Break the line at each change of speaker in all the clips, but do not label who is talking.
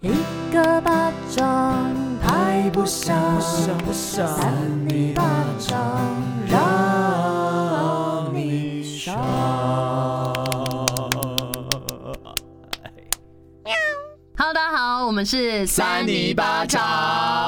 一个巴掌拍不响，
不想
扇你巴掌让你爽。
Hello，大家好，我们是
三尼巴掌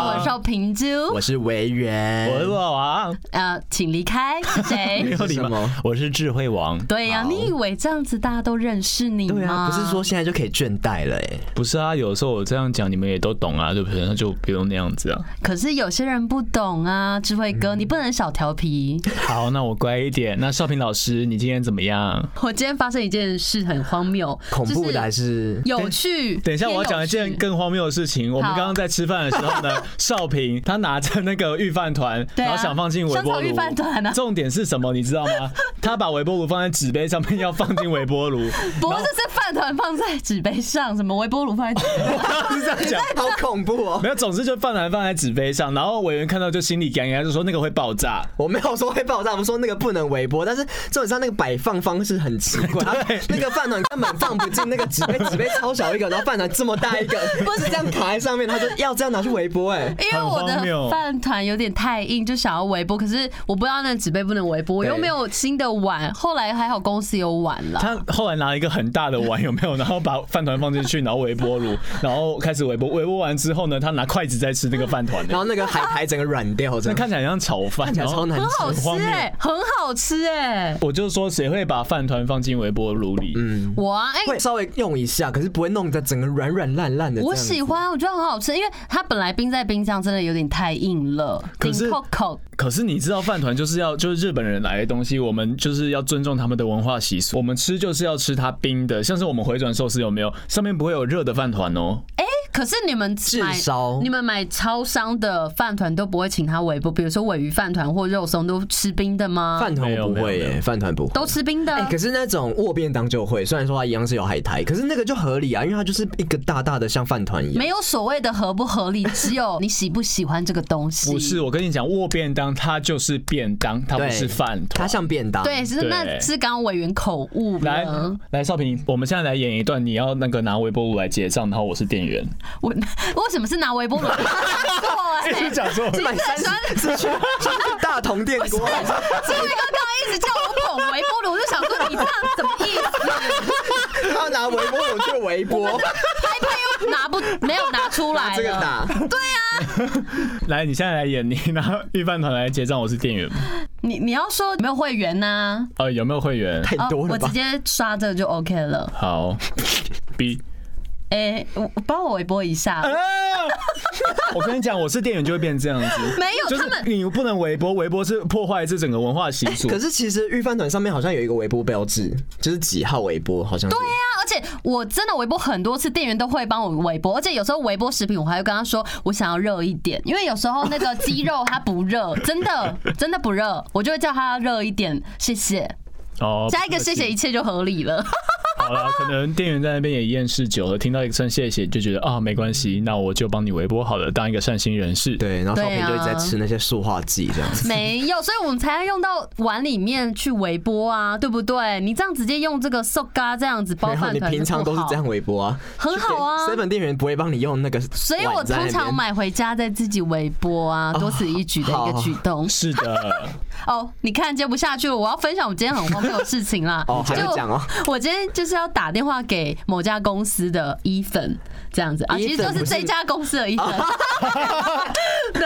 我是邵平珠
我，是维园，
我是老王，
呃，请离开，是
没
谁？
有礼
是什
貌
么，
我是智慧王，
对呀、
好
你以为这样子大家都认识你吗？
对啊，不是说现在就可以倦怠了哎、
不是啊，有时候我这样讲你们也都懂啊，对不对？那就不用那样子啊。
可是有些人不懂啊，智慧
嗯
哥，你不能小调皮。
好，那我乖一点。那少平老师，你今天怎么样？
我今天发生一件事很荒谬，
恐
就
怖
是
的还是
有趣。
等一下，
偏
我要讲
有
一件
趣
更荒谬的事情。我们
好
刚刚在吃饭的时候呢， 少平他拿着那个预饭团，
对啊
然后想放进微波
香草
炉
御饭团啊。
重点是什么，你知道 吗？他把微波炉放在纸杯上面，要放进微波炉。
不是是饭团放在纸杯上，什么微波炉放在纸杯上，
是这样讲，好恐怖哦、
没有，总之就饭团放在纸杯上，然后委员看到就心里痒痒，就说那个会爆炸。
我没有说会爆炸，我们说那个不能微波，但是基本上那个摆放方式很奇 怪，它那个饭团根本放不进那个纸杯，纸杯超小一个，然后饭团这么大一个，不是这样卡在上面，他说要这样拿去微波、 哎，
因为我
很荒
的
谬
饭团有点太硬，就想要微波，可是我不知道那纸杯不能微波，我又没有新的碗。后来还好公司有碗啦。
他后来拿了一个很大的 碗，有没有？然后把饭团放进去，然后微波炉，然后开始微波。微波完之后呢，他拿筷子在吃那个饭团，
然后那个海苔整个软掉，这
那
样
看起来很像炒饭，
看起来超难
很
吃。
好吃
荒谬
哎、很好吃哎、
我就说谁会把饭团放进微波炉里？
嗯，
我啊，哎、
会稍微用一下，可是不会弄得整个软软烂烂的这样
我
子。
喜欢，我觉得很好吃，因为它本来冰在冰箱真的有点太硬了，
可是
顶扣扣。
可是你知道饭团就是要就是日本人来的东西，我们就是要尊重他们的文化习俗，我们吃就是要吃它冰的，像是我们回转寿司有没有？上面不会有热的饭团哦。
哎、可是你们
炙
买
烧
你们买超商的饭团都不会请他微波，比如说尾鱼饭团或肉松都吃冰的吗？
饭团
没有
我不
没
会
有没
耶，
有
饭团不会。
都吃冰的。啊
哎、可是那种握便当就会，虽然说它一样是有海苔，可是那个就合理啊，因为它就是一个大大的像饭团一样。
没有所谓的合不合理，只有你喜不喜欢这个东西。
不是，，我跟你讲，握便当它就是便当，它不是饭团。
它像便当，
对，，是
啊对
那是刚刚委员口误
来
了。
来，少平，我们现在来演一段，你要那个拿微波炉来结账，然后我是店员。
我 为什么是拿微波炉？
一直讲说，
你
买
真的
三
喜欢
十是去 像去大同电锅，
智慧哥刚刚一直叫我捧微波炉，我就想说你这样什么意思？
他拿微波炉去微波，
拍拍又拿不 没有拿出来
拿
了
这个打。
来，你现在来演，你拿预饭团来结账，我是店员。
你你要说有没有会员呐、
呃，有没有会员？
太
哦
多
我
了吧
直？接刷这个就 OK 了。
好，B。
哎、我我帮我微波一下。
啊！我跟你讲，我是店员就会变这 样子。
没有
就
他们
是你不能微波，微波是破坏这整个文化习 俗。
可是其实预饭团上面好像有一个微波标志，就是几号微波，好像对
对啊，而且我真的微波很多次，店员都会帮我微波，而且有时候微波食品我还会跟他说我想要热一点，因为有时候那个鸡肉它不热，真的 真的不热，我就会叫它热一点，谢谢。
哦
加一个谢谢，一切就合理了。
好了，可能店员在那边也厌世久了，听到一声谢谢就觉得啊、没关系，那我就帮你微波好了，当一个善心人士。，
对，然后少
对
平就一直在
啊
吃那些塑化剂这样子。
没有，所以我们才要用到碗里面去微波啊，对不对？你这样直接用这个 so 嘎这样子包
然后
饭
你
团，
平常都是这，样微波啊，
很好啊。
，seven 店员不会帮你用那个碗在
所
那
以
边，。
我通常买回家再自己微波啊，多此一举的一个举动。
是的，
哦，你看接不下去了，我要分享我今天很荒谬的事情啦
哦，还
就
没讲哦。
我今天就是要打电话给某家公司的伊粉，这样子啊，其实
Ethan
就是
不是
这家公司的伊粉。 然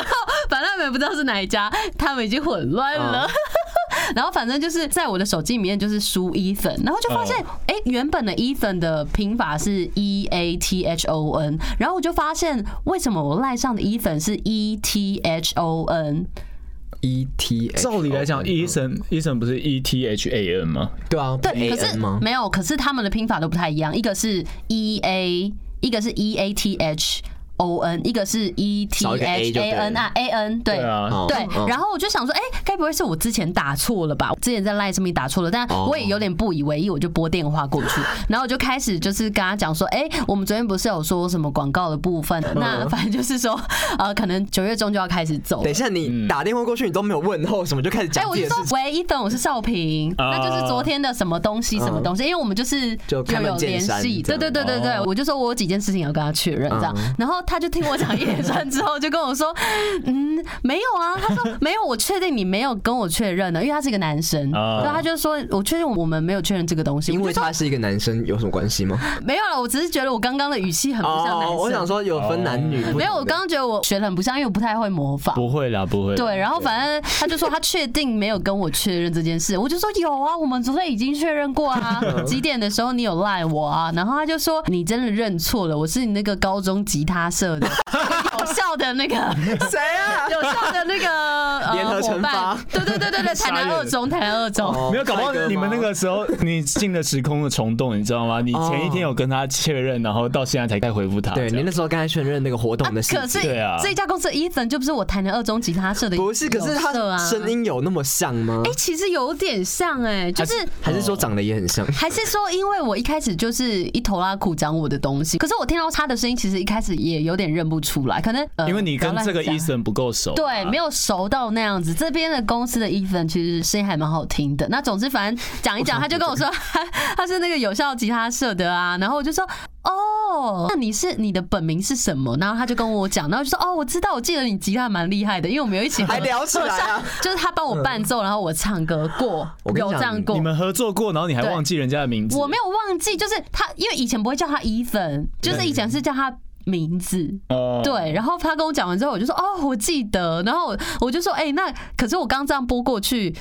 后反正他们也不知道是哪一家，他们已经混乱
嗯
了。 然后反正就是在我的手机里面就是输伊粉，然后就发现
哦
哎、诶原本的伊粉的拼法是 E A T H O N，然后我就发现为什么我赖上的伊粉是 E T H O N，
E T，
照理来讲，Eason
嗯
Eason 不是 E T H A N 吗？
对啊，不
对，
A
可是
N 吗？
没有，可是他们的拼法都不太一样，一个是 E A，一个是 E A T H O N，一个是 E T
少一个 A
H
就
A
对了
N 啊 A N 对
对啊，
哦
对，
嗯
然后我就想说，哎、该不会是我之前打错了吧？之前在赖上面打错了，但
哦
我也有点不以为意，我就拨电话过 去，然后我就开始就是跟他讲说，哎、我们昨天不是有说什么广告的部分，
嗯
那反正就是说，呃，可能九月中就要开始走
等一。下，
嗯
你打电话过去，你都没有问候什么，就开始
哎、
讲
我
这
就
件
说
事情。
喂，一等，我是少平，
啊
那就是昨天的什么东西什么东西，因为我们就是
嗯就开门
有
见
联
山
系，
这
对
样嗯
对对对对，
哦
我就说我有几件事情要跟他确认这样，然后他就听我讲一连串之后，就跟我说，嗯，没有啊，他说没有，我确定你没有跟我确认的，因为他是一个男生，
啊
然后他就说我确定我们没有确认这个东西，
因
我
为
就说
他是一个男生，有什么关系吗？
没有了，我只是觉得我刚刚的语气很不像男生，
哦我想说有分男女。
没有，我刚刚觉得我学的很不像，因为我不太会模仿，
不会啦，不会。
对，然后反正他就说他确定没有跟我确认这件事， 我就说有啊，我们昨天已经确认过 啊，几点的时候你有赖我啊，然后他就说你真的认错了，我是你那个高中吉他社的 有效的那个
谁啊？
有效的那个呃
联合
伙
惩罚
伴，
哦
对对对对对，台南二中，台南二中。
没有，搞不好
帅哥吗
你们那个时候
哦
你进了时空的虫洞，你知道吗？你前一天有跟他确认，然后到现在才该回复他。
对
啊这
你
样
那时候刚才确认那个活动的事
可是
情，
对啊
这家公司 Ethan 就不是我台南二中吉他社的，
不是？可是他
啊，
声音有那么像吗
哎、？其实有点像哎、就是
还是说长得也很 像？
还是说，因为我一开始就是一头拉苦讲我的东西，可是我听到他的声音，其实一开始也有点认不出来，可能、呃
因为你跟这个医。
不要乱讲
生不够熟啊，
对，没有熟到那样子。这边的公司的 Ethan 其实声音还蛮好听的。那总之，反正讲一讲，他就跟我说他 他是那个有效吉他社的啊。然后我就说哦，那你是你的本名是什么？然后他就跟我讲，然后就说哦，我知道，我记得你吉他蛮厉害的，因为我们有一起合
还聊起来啊
合唱就是他帮我伴奏，然后我唱歌过，
我跟你
有
讲
这样过
你。们合作过，然后你还忘记人家的名字。
我没有忘记，就是他，因为以前不会叫他 Ethan，就是以前是叫他。名字
哦，
对，然后他跟我讲完之后，我就说哦，我记得。然后我我就说，哎、那可是我刚这样拨过去，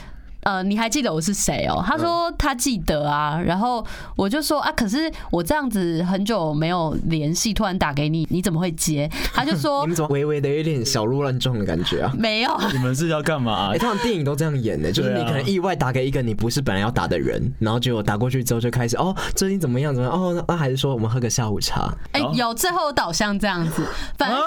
呃，你还记得我是谁哦？他说他记得啊。然后我就说啊，可是我这样子很久没有联系，突然打给你，你怎么会接？他就说
你们怎么微微的有点小鹿乱撞的感觉啊？
没有，
你们是要干嘛
哎、？通常电影都这样演的、就是
对啊
你可能意外打给一个你不是本来要打的人，然后结果打过去之后就开始哦，最近怎么样怎么样？哦，那还是说我们喝个下午茶，
哎、有最后导向这样子，反正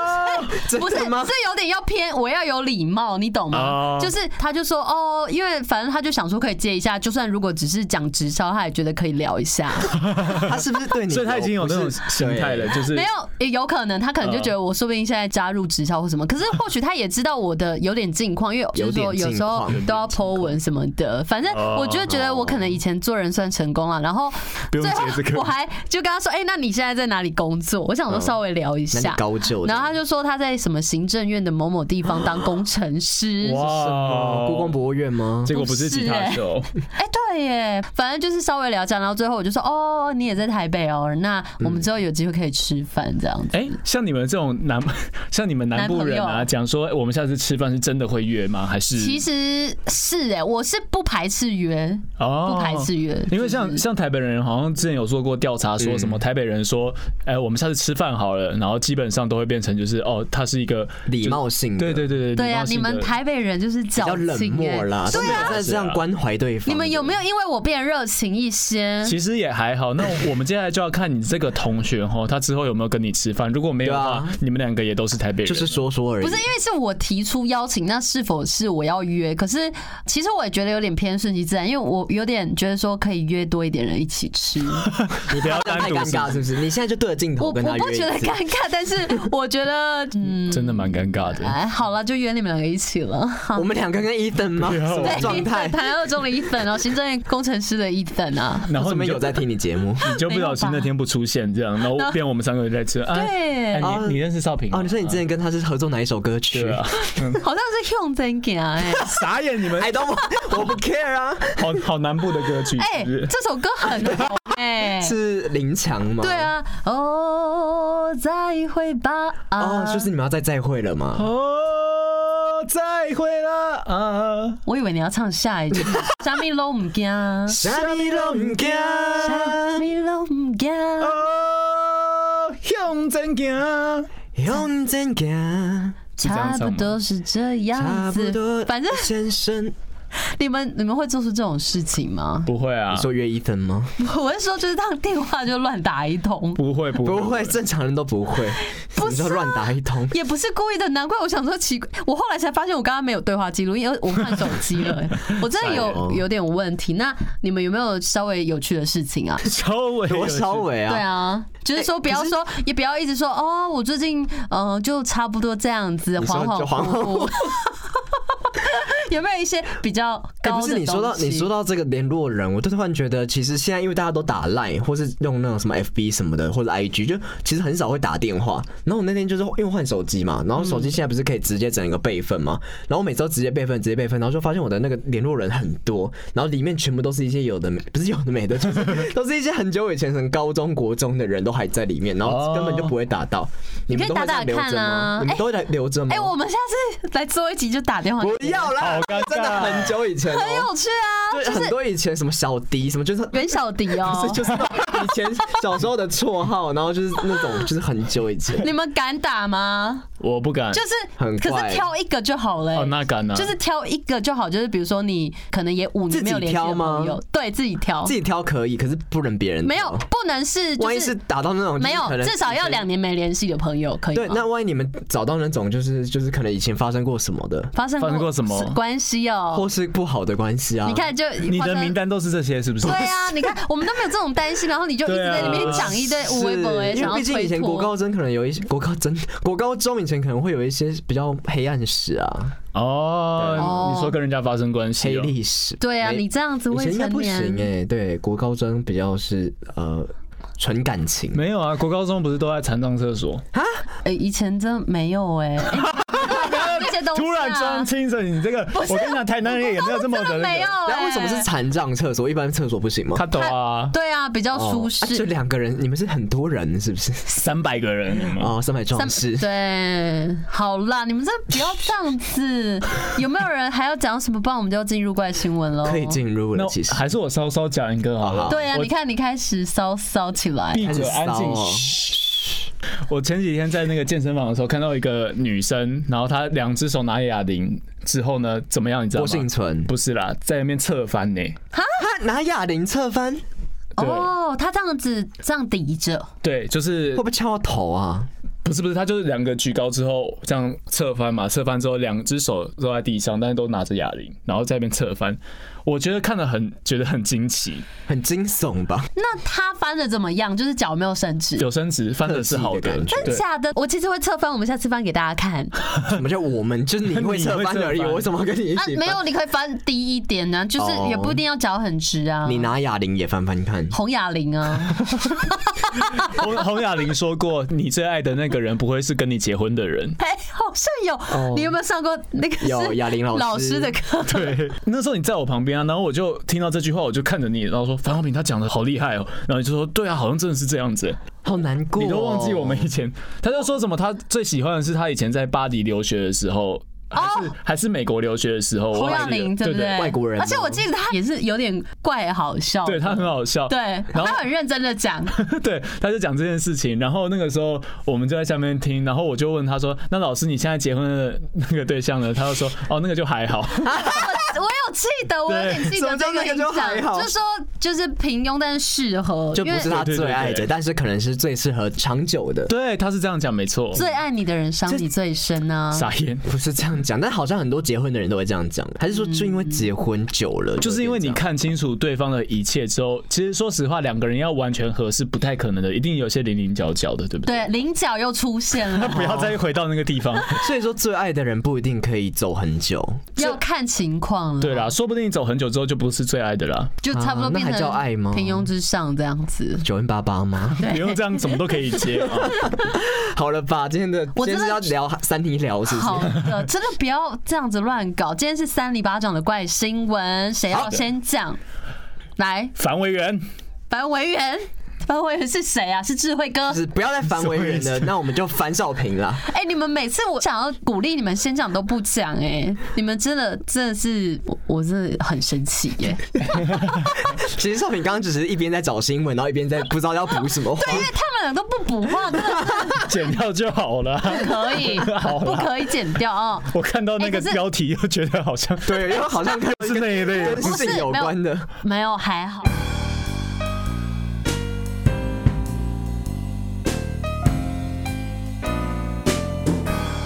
真
不是，
的吗？
是有点要偏，我要有礼貌，你懂吗
哦
就是他就说哦，因为反正他就想说可以接一下，就算如果只是讲直销，他也觉得可以聊一下。
他是不是对你？
所以他已经有那种心态了，
对
就是
没有，也有可能他可能就觉得我说不定现在加入直销或什么，可是或许他也知道我的有点近况，因为就是说
嗯有点近
有
况
时候都要 po 文什么的。反正我就觉得我可能以前做人算成功了，啊然后
不用
最
接
后
这个
我还就跟他说，哎，那你现在在哪里工作？我
嗯
想说稍微聊一
那
下
你。高就的，
然后他就说他在什么行政院的某某地方当工程师，
哇
哦，故宫博物院吗？
结果不是吉他手，
哎、对耶，反正就是稍微聊讲，然后最后我就说，哦，你也在台北哦，那我们之后有机会可以吃饭这样子。
哎、像你们这种南， 像你们南部人
男朋
啊，
友
讲说、哎我们下次吃饭是真的会约吗？还是
其实是哎，我是不排斥约，
哦
不排斥约，
因
就
为像
是
像台北人好像之前有做过调查，说
嗯
什么台北人说，哎、我们下次吃饭好了，然后基本上都会变成就是哦，他是一个
礼貌性的，
对对对对，
对啊，
礼貌性
你
的
们台北人就是
比较
矫
冷
情
漠
哎，
啦，对啊，在这样关怀对方。
你们有没
有？
有因为我变热情一些？
其实也还好。那我们接下来就要看你这个同学哈，他之后有没有跟你吃饭。如果没有的话，
对啊
你们两个也都是台北人，
就是说说而已。
不是因为是我提出邀请，那是否是我要约？可是其实我也觉得有点偏顺其自然，因为我有点觉得说可以约多一点人一起 吃。
你不要
这样
单
太
独
尴
是
尬，是不是？你现在就对着镜
我
头
我
跟他约
不觉得
一次
尴尬，但是我觉得， 嗯，
真的蛮尴尬的。
哎，好了，就约你们两个一起了。
我们两个跟伊登吗？
对啊
什么
对，
状态？
台二中的一粉哦，行政院工程师的一粉啊。
然后
我
你
们
就嗯
有在听你节 目
你就不小心那天不出现这样，然后变我们三个人在吃。啊
对
哎
哦
你你认识少平吗
哦？你说你之前跟他是合作哪一首歌曲
对啊，
好像是 Hyun 真给啊， 哎
傻眼你们，
？I don't，我不 care 啊。
好好南部的歌曲
哎
是不，是？
这首歌很红哎，
是林强吗？
对。啊，哦，再会吧，啊
哦，就是你们要再再会了吗？
哦，再会了啊！
我以为你要唱下一句，虾米都唔惊，啊
啥咪都唔惊，
虾米都唔惊，
哦，向前行。
向前行，
差不多是这样
差不
子
多。，
反正
先生，
你们你们会做出这种事情吗？
不会啊，
说约伊森吗？
我是说，就是当电话就乱打一通，
不会不
不会，正常人都不会，
不
你
是啊
就乱打一通。
也不是故意的，难怪我想说奇怪，我后来才发现我刚刚没有对话记录，因为我看手机了、欸我真的有有点问题。那你们有没有稍微有趣的事情啊？
稍微
多
有
稍微
对
啊，哎
啊，就是说不要说，也不要一直说哦，我最近嗯、呃就差不多这样子，
你说
恍
就
恍
恍恍
惚 惚。有没有一些比较
哎，
高
不
的、
是你说到你说，到这个联络人，我就突然觉得，其实现在因为大家都打 Line 或是用那种什么 FB 什么的，或者 IG，就其实很少会打电话。然后我那天就是因为换手机嘛，然后手机现在不是可以直接整一个备份嘛，然后我每周直接备份，直接备份，然后就发现我的那个联络人很多，然后里面全部都是一些有的没，不是有的没 的，就是都是一些很久以前从高中国中的人都还在里面，然后根本就不会打到。你们
可
都
以
会
打打
这样留着
看啊
吗？你们都会留着吗？
哎、我们下次来做一集就打电话，
不要啦
好
啊
尴，尬
真的很久以前哦，
很有趣啊，
对，
就是
很多以前什么小迪什么，就是
袁小迪哦、
是 就是以前小时候的绰号，然后就是那种就是很久以前，
你们敢打吗？
我不敢，
就是，
很
可
快
是挑一个就好了欸、
哦那敢啊，
就是挑一个就好，就是比如说你可能也五年没有联系的朋
自己挑
友
吗，
对自己挑，
自己挑可以，可是不能别人挑
没有，不能是就
万一是打到那种
没有
就是可，能
至少要两年没联系的朋友可以吗
对，那万一你们找到那种就是就是可能以前发生过什么的，
发生
发生过什么
关系哦
或？是不好的关系啊，
你看就
你
发
的
生
名。单都是这些是不是？
对 啊，你看我们都没有这种担心，然后你就一直
对啊
在里面讲一堆无微
是
不微，
因
想
为
要
毕竟以
推
前国
脱。
高中可能有一些国高中国高中以前可能会有一些比较黑暗史啊，
哦
哦，
你说跟人家发生关系
黑
哦，
历史。
对啊，
没
你这样子
以
未
前应该
成
不行哎、
年，
对，国高中比较是呃纯感情，
没有啊，国高中不是都在残障厕所，
哎，以前真的没有哎， 哎这些东西啊啊
突然装清着你这个，我跟你讲，台南人也没有这么的那个
没有，
那啊为什么是
哎
残障厕所？一般厕所不行吗？
他抖啊，
对啊，比较舒
哦啊就
适。
两个人，你们是很多人是不是？
三百个人，你们
哦，三百壮士，
对，好啦，你们这不要这样 子。有没有人还要讲什么？不然我们就要进入怪新闻喽。
可以。进入了，
那
其实
还是我稍稍讲一个好
好
了
好。
对啊，
我
你看你开始骚骚起来。
闭嘴，安
开
静。
始骚哦
嘘我前几天在那个健身房的时候，看到一个女生，然后她两只手拿哑铃之后呢，怎么样？你知道
郭
吗？
幸存，
不是啦，在那边侧翻呢、
他拿哑铃侧翻，会
对、
哦，他这样子这样抵着，
对，就是
不会敲到头啊？
不是不是，她就是两个举高之后这样侧翻嘛，侧翻之后两只手都在地上，但是都拿着哑铃，然后在那边侧翻。我觉得看了很觉得很惊奇，
很惊悚吧？
那他翻的怎么样？就是脚没有伸直。
有伸直翻的是好
特技的
的
感，觉
对
真。假的？我其实会侧翻，我们下次翻给大家看。啊，
什么叫我们？就是你会侧翻而已，
你会
我
侧翻
为什么要跟你一起？
啊没，有，你可以翻低一点呢、就是
哦
也不一定要脚很直啊。
你拿哑铃也翻翻看。
红哑铃 啊？
洪洪雅玲说过，你最爱的那个人不会是跟你结婚的人。
哎、好像有。你有没有上过那个是
哦有哑铃老师
老师的课？
对，那时候你在我旁边啊，然后我就听到这句话，我就看着你，然后说樊宏平他讲的好厉害哦，然后你就说对啊，好像真的是这样子，
好难过、
你都忘记我
哦
们以前，他就说什么他最喜欢的是他以前在巴黎留学的时候，还是还是美国留学的时候，我
洪
忘记
雅
了
玲，
对
不对？
外国人吗
而且我记得他也是有点怪好笑，
对他很好笑，
对，
然后
他很认真的讲，
对，他就讲这件事情，然后那个时候我们就在下面听，然后我就问他说：“那老师，你现在结婚的那个对象呢？”他就说：“哦，那个就还好。
我我有记得，我有点记得这个
什么叫那个就
印
还
象，
好
就是说就是平庸但是适合，
就不
因为
是他
对对对
最爱
对
的，但是可能是最适合长久 的”。
对，他是这样讲，没错。
最爱你的人伤你最深啊。
傻眼，
不是这样讲，但好像很多结婚的人都会这样讲，还是说就因为结婚久了，
就是因为你看清楚对方的一切之后，其实说实话，两个人要完全合适不太可能的，一定有些零零角角的，对不对？，
对，菱角又出现了
不要
哦
再回到那个地方。
所以说最爱的人不一定可以走很久，
要看情况了。
对，啦，说不定走很久之后就不是最爱的啦。
就差不多
啊那
变
还
成
叫爱吗
平庸之上这样子。
九零八八吗？
不用这 样，什么都可以接啊。
好了吧，今天的
我
今
真
天
的
是要聊三题聊是不
好
是？
的，真的不要这样子乱搞。今天是三里巴掌的怪新闻，谁要
好
先讲？来，
樊维元，
白文员，范伟是谁啊？是智慧哥
就。是不要再反为人了，那我们就反少平啦。
哎、你们每次我想要鼓励你们先讲都不讲哎、你们真的真的是我我真的很生气耶、
其实少平刚刚只是一边在找新闻，然后一边在不知道要补什么 话。
因为他们俩都不补话，真的
剪掉就好了。
不可以，
好啦
不可以剪掉啊、
我看到那
哎
个
可是
标题又觉得好像
对，因为好像跟
是那一类的
跟性有关的。
没有，还好。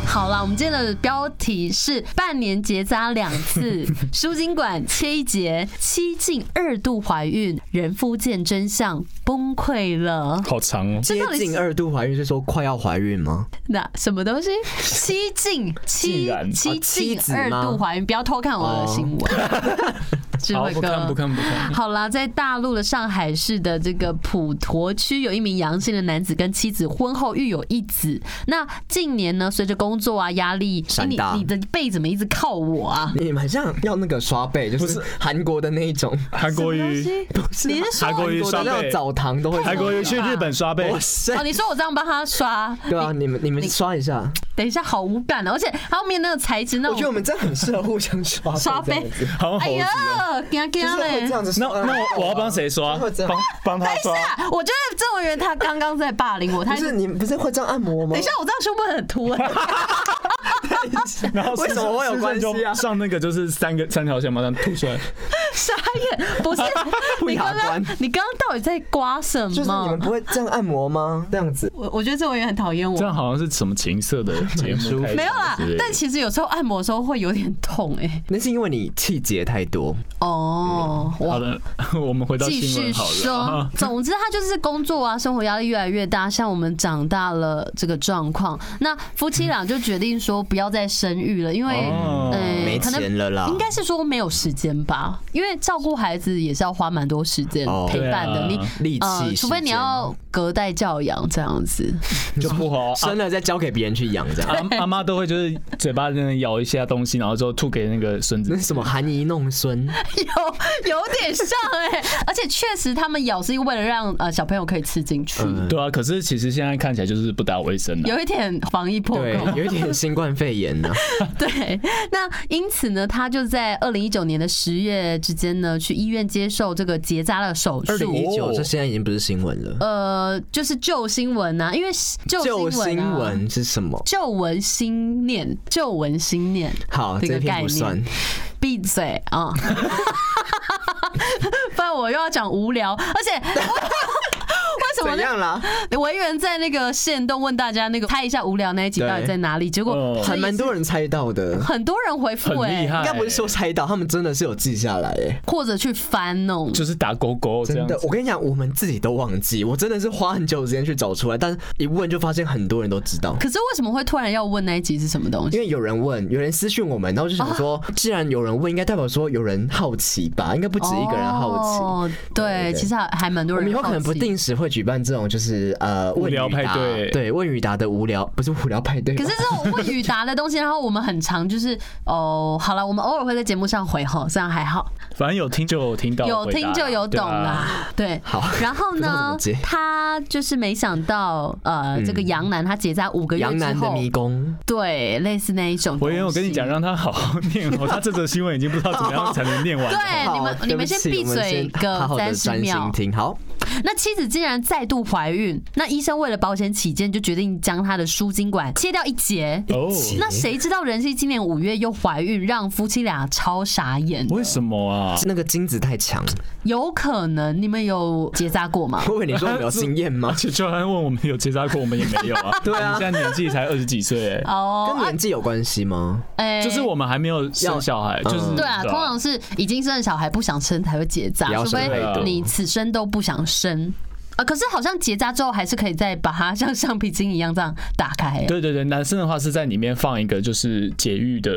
好啦，我们今天的标题是“半年结扎两次，输精管切一截，妻近二度怀孕，人夫见真相崩溃了
好长哦。
接近二度怀孕是说快要怀孕吗？”。
那什么东西？妻近
竟
妻
然
妻
哦妻
近
子
二
吗
度怀孕，不要偷看我的
哦
新闻。智
好，
慧
不
哥，
看不看 不看。
好啦，在大陆的上海市的这个普陀区，有一名阳性的男子跟妻子婚后育有一子。那近年呢，随着工作啊压力，
山
你
大
你的背怎么一直靠我 啊？
你们好像要那个刷背，就是韩国的那一种，
韩国瑜，
你是啊说
韩国
韩
瑜
国
刷
的那种，
背
澡堂都会。
韩国瑜去日本刷背
哇，塞
哦？，你嗯说我这样帮他刷？
对啊，你们你们刷一下，
等一下，好无感啊！而且他后面那个材质，那
我觉得我们真的很适合互相刷
刷
这样
背
子
好像
哎
猴
呀
子。，
给给
就是会
啊嘞
这。样子
那
刷。
那我我要帮谁刷？
会这样
帮帮他刷。
啊我觉得郑文员他刚刚在霸凌我，他
不是你们不是会这样按摩吗？
等一下，我这样胸部很凸 哎、
然后
为什么会有关系啊
就上那个就是三个三条线马上吐出来，
傻眼！不是
会
你
卡
刚刚
关
你刚刚到底在刮什
就是你
么
们？不会这样按摩吗？这样子，
我我觉得郑文员很讨厌我
这。样好像是什么情色的节目开始之类 的？
没有啦，但其实有时候按摩的时候会有点痛哎、
那是因为你气节太多。
哦，
好
我
的， 我们回嗯到
继
新
续
闻好
说
了。，
总之他就是工作啊，生活压力越来越大，像我们长大了这个状况，那夫妻俩就决定说不要再生育了，因为
哦
没
呃，可能
钱了啦
应该是说没有时间吧，因为照顾孩子也是要花蛮多时间
哦
陪伴的，
对
你
啊
力
呃，
气，
除非你要隔代教养这样子，
就不好
生了再交给别人去养，这
啊
样。
阿阿妈都会就是嘴巴那咬一下东西，然后之后吐给那个孙
那
子
是。什么含饴弄孙，
有 有点像哎、而且确实他们咬是为了让呃小朋友可以吃进去，
嗯
对啊，可是其实现在看起来就是不打卫生啊的。
有一点防疫破
对，
口。
有一点新冠肺炎啊呢、
对，那因此呢，他就在二零一九年的十月之间呢，去医院接受这个结扎的手
二零
术。
一哦九，这现在已经不是新闻了。
呃，就是旧新闻呐、因为旧
旧
新
新
闻、啊。
闻是什么？
旧闻新念，旧闻新念，
好，
这个
这
概
篇不
念
算。
闭嘴啊！ 不然我又要讲无聊，而且 为什么呢？
啦？
维园在那个线动问大家那个猜一下无聊那一集到底在哪里，结果
哦
还蛮多人猜到的，
很多人回复
很
哎、
厉害，
应该不是说猜到，他们真的是有记下来、哎，
或者去翻哦弄。
就是打勾勾这
真
样
的，
子。
我跟你讲，我们自己都忘记，我真的是花很久的时间去找出来，但一问就发现很多人都知道。
可是为什么会突然要问那一集是啊什么东
因
西？
为有人问，有人私讯我们，然后就想说，既然有人问，应该代表说有人好奇吧，应该不止一个人好奇。
哦，对，
对
其实还还蛮多
我
人
们以
好
后
奇。
可能不定时会举办这种，就是呃
无聊
问与答
派对
对问与答的无聊，不是无聊派对吧。
可是这种问与答的东西，然后我们很常就是哦，好了，我们偶尔会在节目上回吼，这样还好，
反正有听就有听到，
有听就有懂
啦。啊
啦。对，
啊好，
然后
不知道怎
呢
么接，
他就是没想到，呃，这个杨楠他结扎五个月
杨
之
楠的
后，
迷宫，
对，类似那一种。
我原我跟你讲，。让他好好念哦，他这则新闻已经不知道怎么样才能念 完了。
哎对，你们
好
你们先
对不
闭
起我
嘴
们先好
个
好
三
的
十
专
秒
心。听。好，
那妻子竟然再度怀孕，那医生为了保险起见，就决定将她的输精管切掉一截。
哦，
那谁知道人妻今年五月又怀孕，让夫妻俩超傻眼。
为什么啊？
是那个精子太强，
有可能你们有结扎过吗？
我问你说我们有经验吗
而？且 就安问我们有结扎过，我们也没有啊。
对啊
我们现在年纪才二十几岁，哎
哦
跟，年纪有关系吗？
哎
就是我们还没有生小孩，
要
就是
嗯
对啊，
吧
通常是已经生了小孩不想生才会结扎
不，要
除
生
非
太多
你此生都不想生。啊，可是好像结扎之后还是可以再把它像橡皮筋一样这样打开，
对对对，男生的话是在里面放一个就是节育的，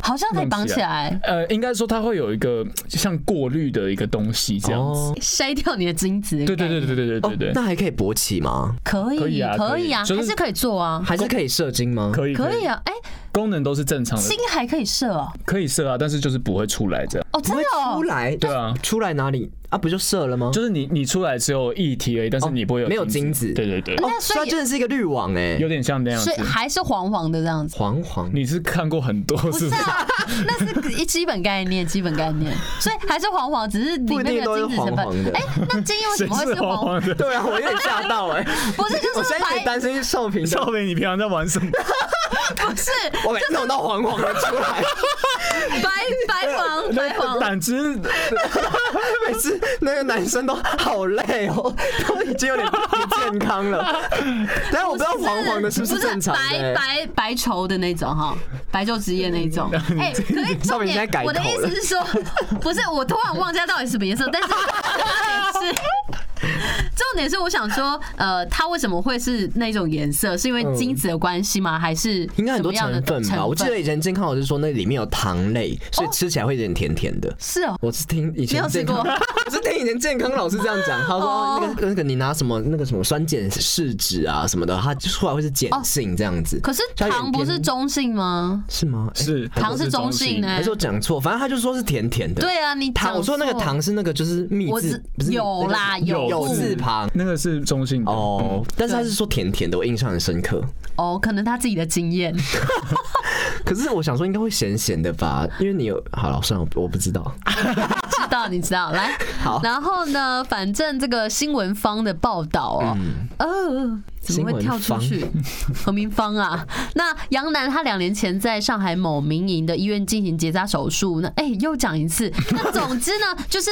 好像可以绑起来，
呃，应该说它会有一个像过滤的一个东西这样子。
哦，
筛掉你的精子。
对对对对对对
哦
对对，
那还可以勃起吗？
可
可以
以
啊
可以啊，
可以就是
还是可以做啊，
还是可以射精吗？
可以
可以啊，哎，
功能都是正常的，
心还可以射哦，
可以射啊，但是就是不会出来这样。
哦，真
不会
的哦
出，来，
对啊
出来哪里啊？不就射了吗？
就是你你出来只有液体而已，但是你不会有
没有精子
对对对，
那
哦，所
所
以它
以
真的是一个滤网哎、
有点像那样子
所以。还是黄黄的这样子。
黄黄，
你是看过很多
不
是
是
不是？
啊，那是一基本概念，基本概念，所以还是黄黄，只是里面没有精子成
不一
分。
定都是
哎
黄，
那精液 为什
谁
么会
是
是
黄
黄？
黄的？
对啊，我有点吓到 哎、
不是，就
我
是
现在有
白
点担心是少 平的
少平，你平常在玩什 么？
不是
我每次弄到黄黄的出 来，
白 白黄白黄，
胆汁
每次那个男生都好累哦，都已经有点不健康 了。但是我不知道黄黄的是不是正常的、欸
白白白稠的那种哈，白昼之夜那 种。哎，可是重
少平现在
点
改，口
我的意
了
思是说，不是我突然忘记它到底是什么颜色，但是 重点是。重点是我想说，呃，它为什么会是那种颜色？是因为精子的关系吗？还是
嗯应该很多
什么样
成
的
分吧？我记得以前健康老师说那里面有糖类，所以吃起来会有点甜甜的。
是哦，
我是听以
没
前
有吃
健康，
过
我是听以前健康老师这样讲，他说
哦
那个那个你拿什么那个什么酸碱试纸啊什么的，它出来会是碱性这样子。
哦可是
它有点
糖不是
偏
中性吗？
是吗？哎
是
糖是中性呢
还是我讲错？反正他就说是甜甜的。
对啊，你
糖，我说那个
讲错
糖是那个就是蜜
我
字
知，
不是蜜
有啦
那个
有嗯
有字旁。
那个哦是中性的
哦，但是他是说甜甜的，我印象很深刻。
哦，可能他自己的经验。
可是我想说应该会咸咸的吧，因为你有好了，算了，我我不知道。
知道，你知道，来，
好
然后呢，反正这个新闻方的报道哦，呃，怎么会跳出
嗯新
去？何明芳啊，那杨楠他两年前在上海某民营的医院进行结扎手术，那哎、又讲一次。那总之呢， 就是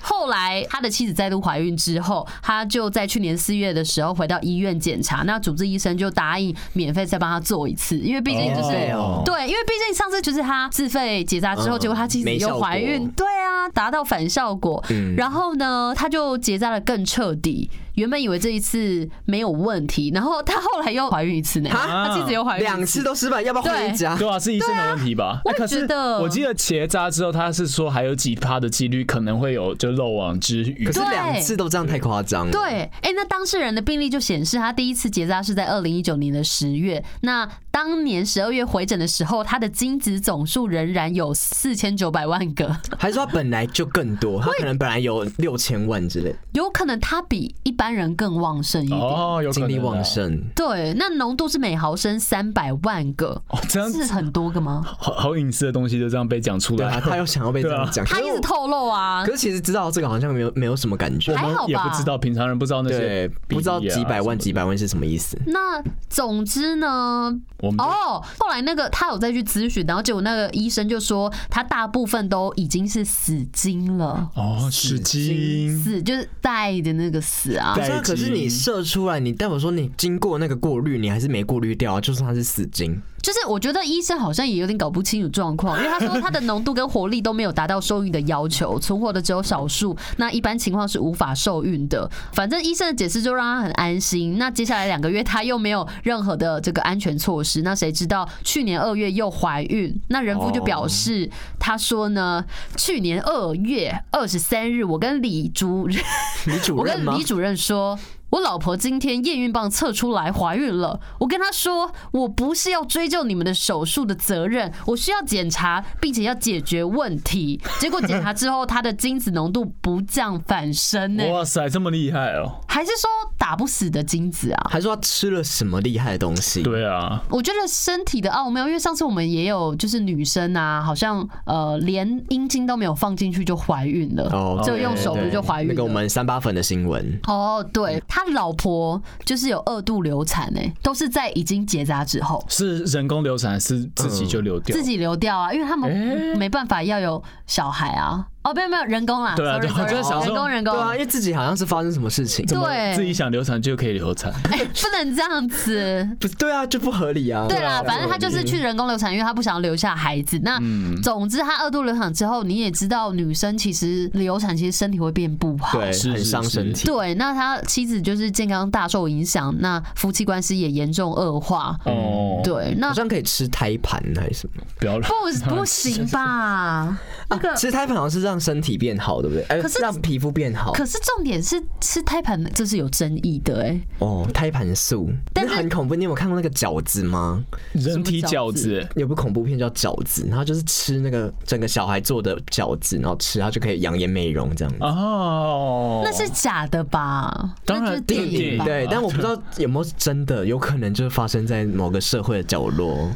后来他的妻子再度怀孕之后，他就在去年四月的时候回到医院检查，那主治医生就答应免费再帮他做一次，因为毕竟就是。
哦
对，因为毕竟上次就是他自费结扎之后，
嗯
结果他妻子
没效
又
果
怀孕，对啊，达到反效果。然后呢，他就结扎的更彻底。原本以为这一次没有问题，然后他后来又怀孕一次呢，
啊
他妻子又怀孕一
两次
次。
都失败，要不要换一家？
对啊，是医生的问题吧？
啊我
哎
也
可是
觉得
我记得结扎之后，他是说还有几趴的几率可能会有就漏网之鱼
可。是两次都这样太夸张了。
对，哎、那当事人的病例就显示，他第一次结扎是在二零一九年的十月。那当年十二月回诊的时候，他的精子总数仍然有四千九百万个，
还是说他本来就更多，他可能本来有六千万之类，
有可能他比一般人更旺盛一点。
哦，有可
精
能
力
啊
旺，盛。
对，那浓度是每毫升三百万个，
哦，这样
是很多个吗？
好好隐私的东西就这样被讲出
对啊，
来，
他又想要被这样讲，
他一直透露啊
可，是其实知道这个好像没有没有什么感觉
我，
还好
们也
吧
不知道，平常人不知道那
啊对
些，比例啊，
不知道几百万
什么的
几百万是什么意思。
那总之呢，
我们
哦，后来那个他有再去咨询，然后结果那个医生就说他大部分都已经是死精了，
哦，纸巾，
死就是带的那个死啊
不
对。
是啊，
代
可是
金
你射出来，你代表说你经过那个过滤，你还是没过滤掉啊，就算它是死精，
就是我觉得医生好像也有点搞不清楚状况， 因为他说他的浓度跟活力都没有达到受孕的要求，存活的只有少数，那一般情况是无法受孕的。反正医生的解释就让他很安心。那接下来两个月他又没有任何的这个安全措施，那谁知道去年二月又怀孕？那人夫就表示，他说呢，去年二月二十三日，我跟李主任。
你主
我
任
跟
吗
李？主任说，我老婆今天验孕棒测出来怀孕了。我跟她说，我不是要追究你们的手术的责任，我需要检查，并且要解决问题。结果检查之后，她的精子浓度不降反升呢、
哇塞，这么厉害哦！
还是说打不死的精子啊？
还说他吃了什么厉害的东西？，
对啊，
我觉得身体的奥妙，因为上次我们也有就是女生啊，好像呃连阴茎都没有放进去就怀孕了，
哦
就用手
对
不
对
就怀孕了。
那个我们三八粉的新闻，
哦，对他老婆就是有二度流产哎、都是在已经结扎之后
是人工流产，是自己就流掉
自，己流掉啊，因为他们没办法要有小孩啊。哦，没有没有人工啦，
对啊
sorry，
对啊
sorry，
就是想说
人工人工
对，啊，因为自己好像是发生什么事情，
对
自己想流产就可以流产，
哎不能这样 子。
不对啊，就不合理啊。
对啦，反正他就是去人工流产，因为他不想留下孩子。那
嗯
总之，他二度流产之后，你也知道，女生其实流产其实身体会变不好。
对，
是
很
是
伤
是
身体。
对，那他妻子就是健康大受影响，那夫妻关系也严重恶化。
哦，
对，那
好像可以吃胎盘还是什么？
不要乱
不不行吧？那个
其实胎盘好像是在让身体变好，对不对？哎、
可是
让皮肤变好。
可是重点是吃胎盘这是有争议的哎、
哦，胎盘素，
但
那
是
很恐怖。你有看过那个饺子吗？
人体
什么
饺
饺子
子，
有部恐怖片叫饺子，然后就是吃那个整个小孩做的饺子，然后吃它就可以养颜美容这样子。
哦，
那是假的吧？
当然
那就是
电影
影吧。
对，但我不知道有没有是真的，有可能就是发生在某个社会的角落。
哦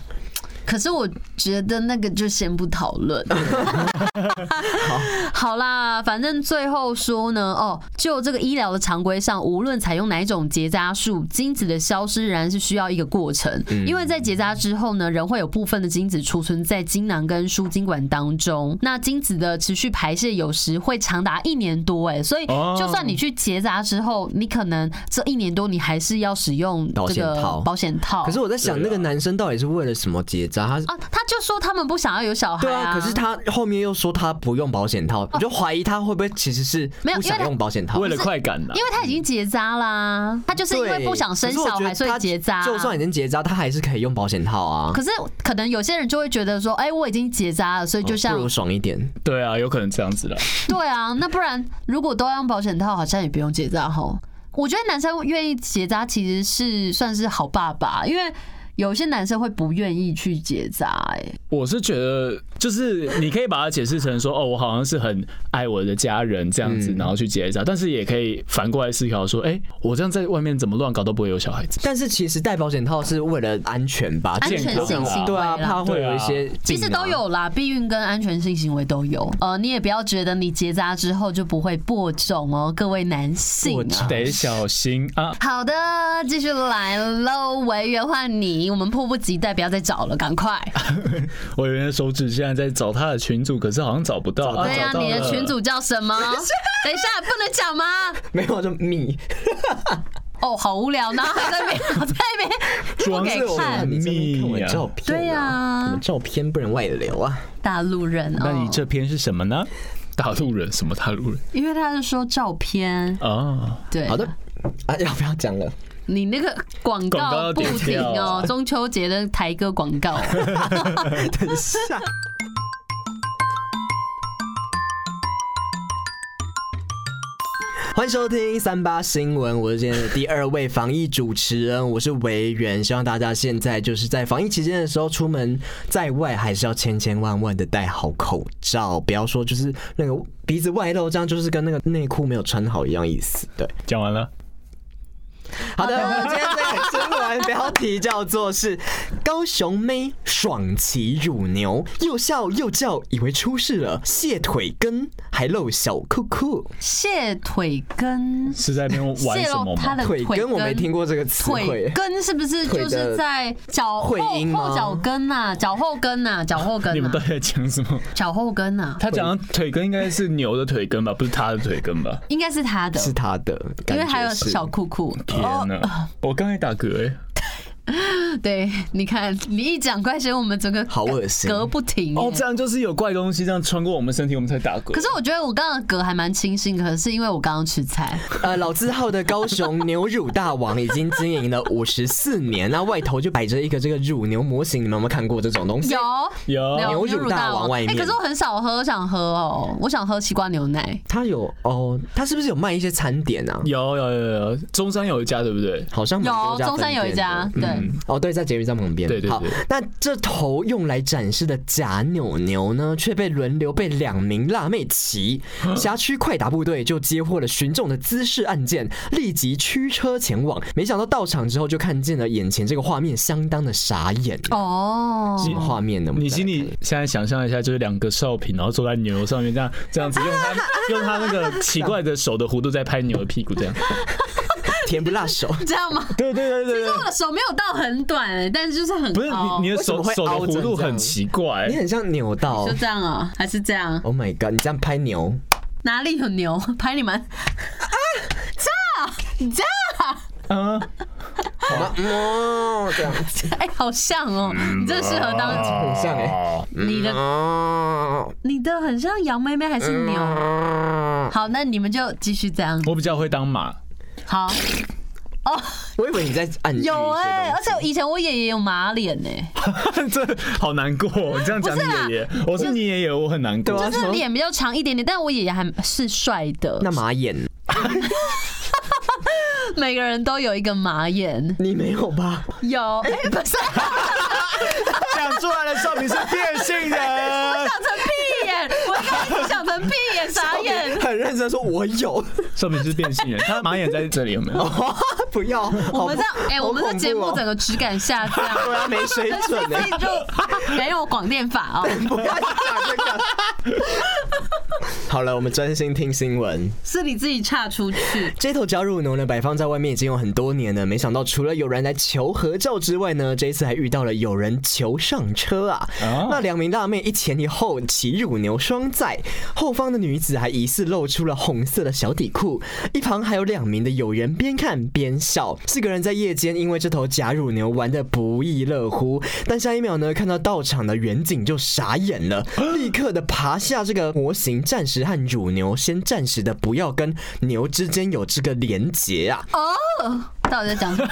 可是我觉得那个就先不讨论。 好啦，反正最后说呢，哦，就这个医疗的常规上，无论采用哪一种结扎术，精子的消失仍然是需要一个过程，
嗯
因为在结扎之后呢，人会有部分的精子储存在精囊跟输精管当中，那精子的持续排泄有时会长达一年多，哎，所以
哦
就算你去结扎之后，你可能这一年多你还是要使用
保
这
险
个
套
保险套，
可是我在
啊
想，那个男生到底是为了什么结扎？他
啊，他就说他们不想要有小孩
对啊，可是他后面又说他不用保险套，我就怀疑他会不会其实是
没有
不
因
想
为他
用保险套
为。了快感呐、啊
因为他已经结扎啦，他就是因为不想生
对可是
小
我觉
孩，
得
所以
他
结扎。
就算已经结扎，他还是可以用保险套啊。
可是可能有些人就会觉得说，哎、我已经结扎了，所以就像
哦不如爽一点，
对啊，有可能这样子啦。
对啊，那不然如果都要用保险套，好像也不用结扎吼。我觉得男生愿意结扎其实是算是好爸爸，因为有些男生会不愿意去结扎、哎，
我是觉得，就是你可以把它解释成说，哦，我好像是很爱我的家人这样子，然后去结扎。但是也可以反过来思考说，哎、我这样在外面怎么乱搞都不会有小孩子。
但是其实戴保险套是为了安全吧，
安全性
健康
行为
对啊，
啦。
怕会有一些、病
其实都
啊
有啦，避孕跟安全性行为都有。呃，你也不要觉得你结扎之后就不会播种哦，各位男性
过
啊。
长
得小心啊！
好的，继续来喽，维园换你，我们迫不及待，不要再找了，赶快！
我原来手指现在在找他的群主，可是好像找不到。
找不到
对
啊
呀、
找到
你的
了
群主叫什么？等一下，不能讲吗？
没有就密，
哦，好无聊，然后还在那边， 还在那边
装
给
作
看
你这边看我
密呀
照片、
对呀
我们照片不能外流啊。
大陆人
那你
哦，
这篇是什么呢？大陆人什么大陆人
因为他是说照片，
啊？
对，
好的，啊，要不要讲了？
你那个广
广告
告
要
不
点
停
掉
哦
啊，
中秋节的台歌广告。
等一下，欢迎收听三八新闻，我是今天的第二位防疫主持人，我是维园。希望大家现在就是在防疫期间的时候，出门在外还是要千千万万的戴好口罩，不要说就是那个鼻子外露，这样就是跟那个内裤没有穿好一样意思。对，
讲完了。
好的，我们今天这个新闻标题叫做是“高雄妹爽骑乳牛，又笑又叫，以为出事了，卸腿根还露小裤裤
蟹腿根，
是在那边玩
泄
什么
露他
吗
的？”。
腿根我没听过这个词
腿
汇，
根是不是就是在脚后
腿的会阴吗
后脚跟呐、脚后跟呐、脚后
你
跟
们
呐、
到底在讲什么？
脚后跟啊呐、
他讲的腿根应该是牛的腿根吧，不是他的腿根吧？
应该是他的，
是他的，
因
感
为
觉
还有
是
小。裤裤。
天哪！我刚才打嗝哎。
对，你看你一讲怪声，我们整个
好恶心
嗝不停耶。
哦，这样就是有怪东西这样穿过我们身体，我们才打嗝。
可是我觉得我刚刚的嗝还蛮清新，可是因为我刚刚吃菜，
呃，老字号的高雄牛乳大王已经 经营了五十四年，那外头就摆着一个这个乳牛模型，你们有没有看过这种东西？
有。
有
有
牛乳大王外面
哎、可是我很少喝，我想喝哦，我想喝西瓜牛奶。
它有哦，它是不是有卖一些餐点啊？
有有有有，中山有一家对不对？
好像蛮多
有
家
中山
分
有一
店
家
的，
对，
哦，对，在捷运站旁边。
对对
好
对，
那这头用来展示的假扭牛呢，却被轮流被两名辣妹骑。辖区快打部队就接获了群众的滋事案件，立即驱车前往。没想到到场之后，就看见了眼前这个画面，相当的傻眼。
哦，
什么画面呢？我们
你
再
心
来
里
看
现在想象一下，就是两个少平，然后坐在牛上面，这样这样子用他用他那个奇怪的手的弧度在拍牛的屁股，这样。
甜不辣手，
这样 吗？
对对对对对，
我的手没有到很短、哎，但是就是很哦
不是
凹
你你的
为什么
手
会
手的
凹成
弧度
这样
很奇怪
你，很像扭到
就。这样啊、还是这样？
Oh my god！你这样拍牛，
哪里有牛？ 拍你们啊！这样这样，
嗯，
好吗？嗯，这样
哎、好像哦、
嗯
你这适合当
很像
哦
哎。
你的
嗯
你的很像羊妹妹还是牛？好，那你们就继续这样。
我比较会当马，
好，哦，
我以为你在暗喻一些
有哎、而
东西
且以前我爷爷有马脸欸呢、
这好难过。你这样讲
不是啊
你爷爷，我是你爷爷，我很难
对
过
啊。
就是脸比较长一点点，但我爷爷还是帅的。
那马眼，
每个人都有一个马眼，
你没有吧？
有哎、不是
讲出来的时候你是变性人，
想成屁眼，我刚刚一直想成屁眼，傻眼。
很认真地说，我有，
说明是变性人。他马眼在这里有没有？
不要。
我
我
们这样，哎、
哦
我们这节目整
个
个质感下降，
对啊，没水 准呢、
所以就没有广电法 哦。
不要讲这个。 好了，我们专心听新闻。
是你自己岔出去。
街头交乳农呢，摆放在外面已经有很多年了。没想到除了有人来求合照之外呢，这一次还遇到了有人求上车啊！
啊
那两名辣妹一前一后骑乳牛双载，后方的女子还疑似露出了红色的小底裤，一旁还有两名的友人边看边笑。四个人在夜间因为这头假乳牛玩得不亦乐乎，但下一秒呢，看到到场的远景就傻眼了，立刻的爬下这个模型，暂时和乳牛先暂时的不要跟牛之间有这个连结啊。
哦，到底在讲什么？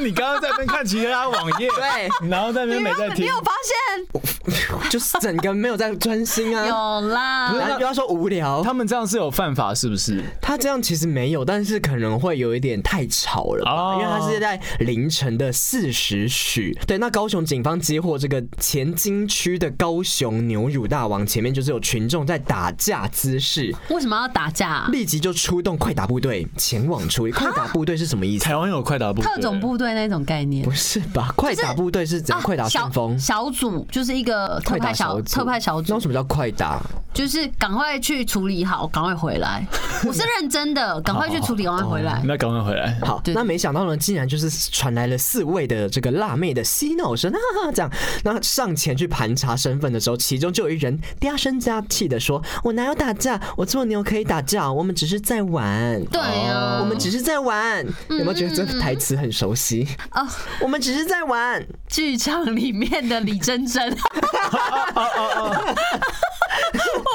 你刚刚在那边看其他网页，
对，
然后在那边没在听
你。有发现？
就是整个没有在专心啊。
有啦，
然后不要说无聊，
他
他
们这样是有犯法是不是？
他这样其实没有，但是可能会有一点太吵了吧，
哦
因为他是在凌晨的四时许。对，那高雄警方接获这个前金区的高雄牛乳大王，前面就是有群众在打架姿势，
为什么要打架啊？
立即就出动快打部队前往处理。快打部队是什么意思？
台湾有快打部队
特种部队那种概念
不。是吧？快打部队是怎样？快打
啊小
旋风？
小组就是一个特
快
派
打
小
小组
特派小
那
组
为，什么叫快打？
就是赶快去处理好，赶快回 来。我是认真的，赶快去处理，赶快回来。
那赶快回来。
好，
对
那没想到呢，竟然就是传来了四位的这个辣妹的嬉闹声，哈哈哈，这样。那上前去盘查身份的时候，其中就有一人嗲声嗲气的说：“我哪有打架？我做牛可以打架，我们只是在玩。”
对嗯啊，
我们只是在玩，有没有觉得这台词很熟悉？
哦，
我们只是在玩，
剧场里面的李真真，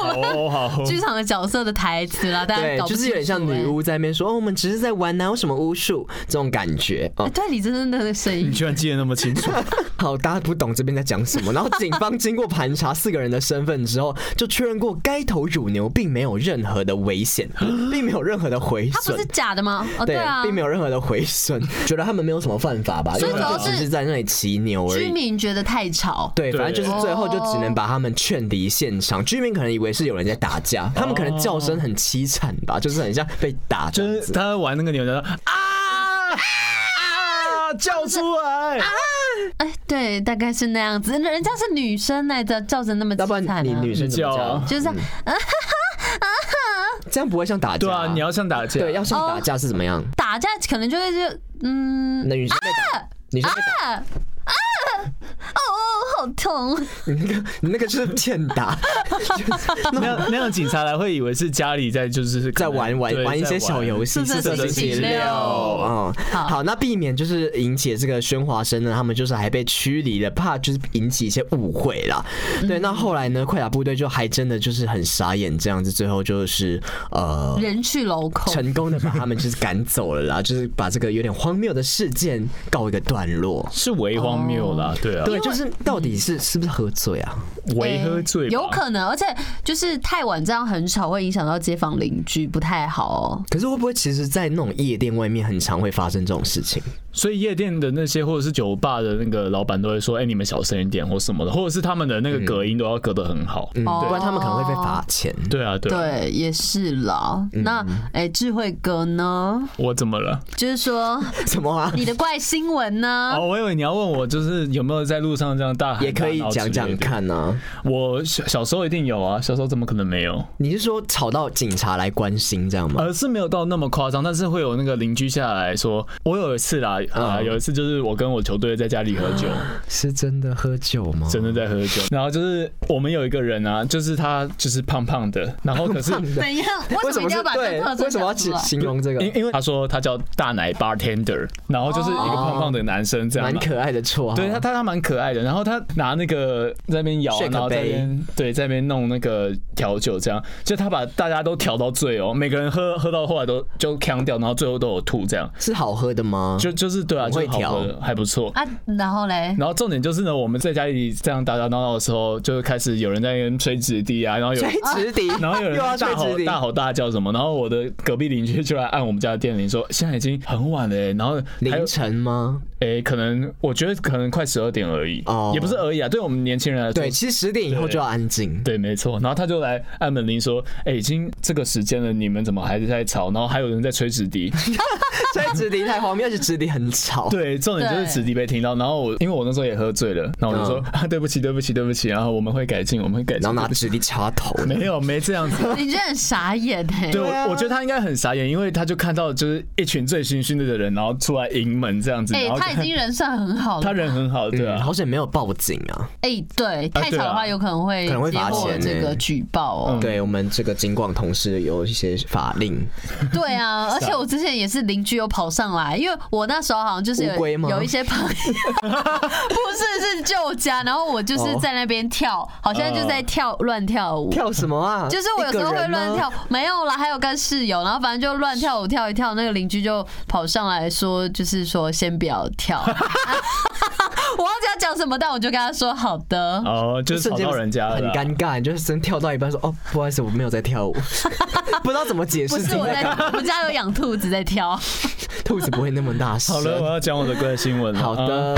哦，好。
剧场的角色的台词啦，大家
对
哎搞，不
就是有点像
清楚哎
女巫在那边说：“哦，我们只是在玩，哪有什么巫术？”这种感觉哦
哎。对李真真的声音
你，居然记得那么清楚，
好，大家不懂这边在讲什么。然后警方经过盘查四个人的身份之后，就确认过该头乳牛并没有任何的危险， 并没有任何的毁
他不
损
是。假的吗？哦，
对
啊，
并没有任何的毁损，觉得他们没有什么犯法吧，因
所以
为他们
主
就
要
只
是
是在那里骑牛而
居
已。
民觉得太吵，
对，反正
对
就是最后就只能把他们劝离现场。居民可能以为是有人在打架，他们可能叫声很凄惨吧，就是很像被打这
就
样
是
子。
他玩那个牛牛啊啊叫出来，
哎，对，大概是那样子。人人家是女生来的，叫成那么
要不
凄
然
惨
你
啊，
女生嗯怎么
你叫啊
叫？
就是这样
这样不会像打架。
对啊，
哦
你要像打架，
对要像打架是怎么样？
打架，可能就会就嗯
那女生被打，女生被打。
啊啊哦，好痛！
你那个你那个是欠打，
那样那样警察来会以为是家里在就是
在玩玩
对
玩一
在
些小游戏，
是是
色
是是
情
是
料。嗯，
好
好，那避免就是引起这个喧哗声呢，他们就是还被驱离了，怕就是引起一些误会啦。对，那后来呢，快打部队就还真的就是很傻眼这样子，最后就是呃。
人去楼空，
成功的把他们就是赶走了啦，就是把这个有点荒谬的事件告一个段落。
是为荒谬啦，对啊，
对，就是到底是是不是喝醉啊？
为喝醉吧，
哎有可能，而且就是太晚这样很吵，会影响到街坊邻居，不太好哦。
可是会不会其实，在那种夜店外面，很常会发生这种事情？
所以夜店的那些或者是酒吧的那个老板都会说，哎、你们小声一点或什么的，或者是他们的那个隔音都要隔得很好。
嗯，
哦
不然他们可能会被罚钱。
对啊，对啊，
对，也是啦。那
嗯
哎、智慧哥呢？
我怎么了？
就是说
什么啊？
你的怪新闻呢？
哦，我以为你要问我，就是有没有在路上这样大喊
也可以讲讲。
大闹之类的
看啊。
我小小时候一定有啊，小时候怎么可能没有？
你是说吵到警察来关心这样吗？
呃呃，是没有到那么夸张，但是会有那个邻居下来说，我有一次啦，
嗯
啊，有一次就是我跟我球队在家里喝酒，
是真的喝酒吗？
真的在喝酒， 然后就是我们有一个人啊，就是他就是胖胖的，然后 可是
怎样？为
为
什么
什
一
么
定要
是
把这
对
个特？征
为什么要
讲出
形
来
形容这个？
因因为他说他叫大奶 bartender，然后就是一个胖胖的男生这样嘛，
哦蛮可爱的绰号，
对他，他他蛮可爱的。然后他拿那个在那边摇，啊
Shake
然后在那边对在那边弄那个调酒，这样就他把大家都调到醉哦，每个人喝喝到后来都就呛掉，然后最后都有吐，这样
是好喝的吗？
就就是对啊，
很
就
会
好喝的，还不错。
啊？然后 嘞，
然后重点就是呢，我们在家里这样打打闹闹的时候，就开始有人在那边吹纸笛啊，然后有
吹直笛，
然后有人
又要吹直
大吼
笛，
大吼大叫什么，然后我的隔壁邻居就来按我们家的电铃说，现在已经很晚了、欸，然后还有
凌晨吗？
诶、可能我觉得可能快十二点而已，
哦
也不是而已啊，对我们年轻人来说，
对，其实十点以后就要安静。
对，没错。然后他就来按门铃说：“哎、已经这个时间了，你们怎么还是在吵？然后还有人在吹 纸笛。
吹直笛太荒谬，而且直笛很吵”。
对，重点就是纸笛被听到。然后我因为我那时候也喝醉了，然后我就说：“啊，对不起，对不起，对不起。”然后我们会改进，我们会改
嗯
进。
然后拿
对不起
直笛插头，嗯
没有没这样子。
你真的很傻眼哎、
对，我我觉得他应该很傻眼，因为他就看到就是一群醉醺醺的人，然后出来迎门这样子，
哎、
然后
他已
看
经人算很好了。
他人很好，对
嗯
啊
好，险没有报警啊！
哎、对，太吵的
对啊
话有可能会
可能会
接
罚
获
钱
这
欸
个举报
嗯
哦、
对我们这个警广同事有一些法令，
对 啊，而且我之前也是邻居有跑上来，因为我那时候好像就是
乌
有
龟吗
有一些朋友，不是是旧家，然后我就是
哦嗯
在那边跳，好像就在跳乱跳舞。
跳什么啊？
就是我有时候会乱跳，没有啦，还有跟室友，然后反正就乱跳舞跳一跳，那个邻居就跑上来说，就是说先不要跳， 我忘记要讲什么，但我就跟他说好的，
哦，就
一个人吗，
是吵到人家了
很
啦。
尴尬，你就是真跳到一半说哦，不好意思，我没有在 跳舞，不知道怎么解
不
释。
是我在，我们家有养兔子在 跳，
兔子不会那么大声。
好了，我要讲我的怪新闻了。
好
嗯
的，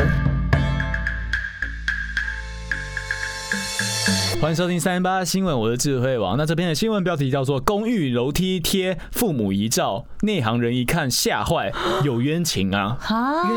欢迎收听三八新闻，我的智慧王。那这篇的新闻标题叫做《公寓楼梯贴父母遗照》，内行人一看吓坏，有冤情啊！
啊，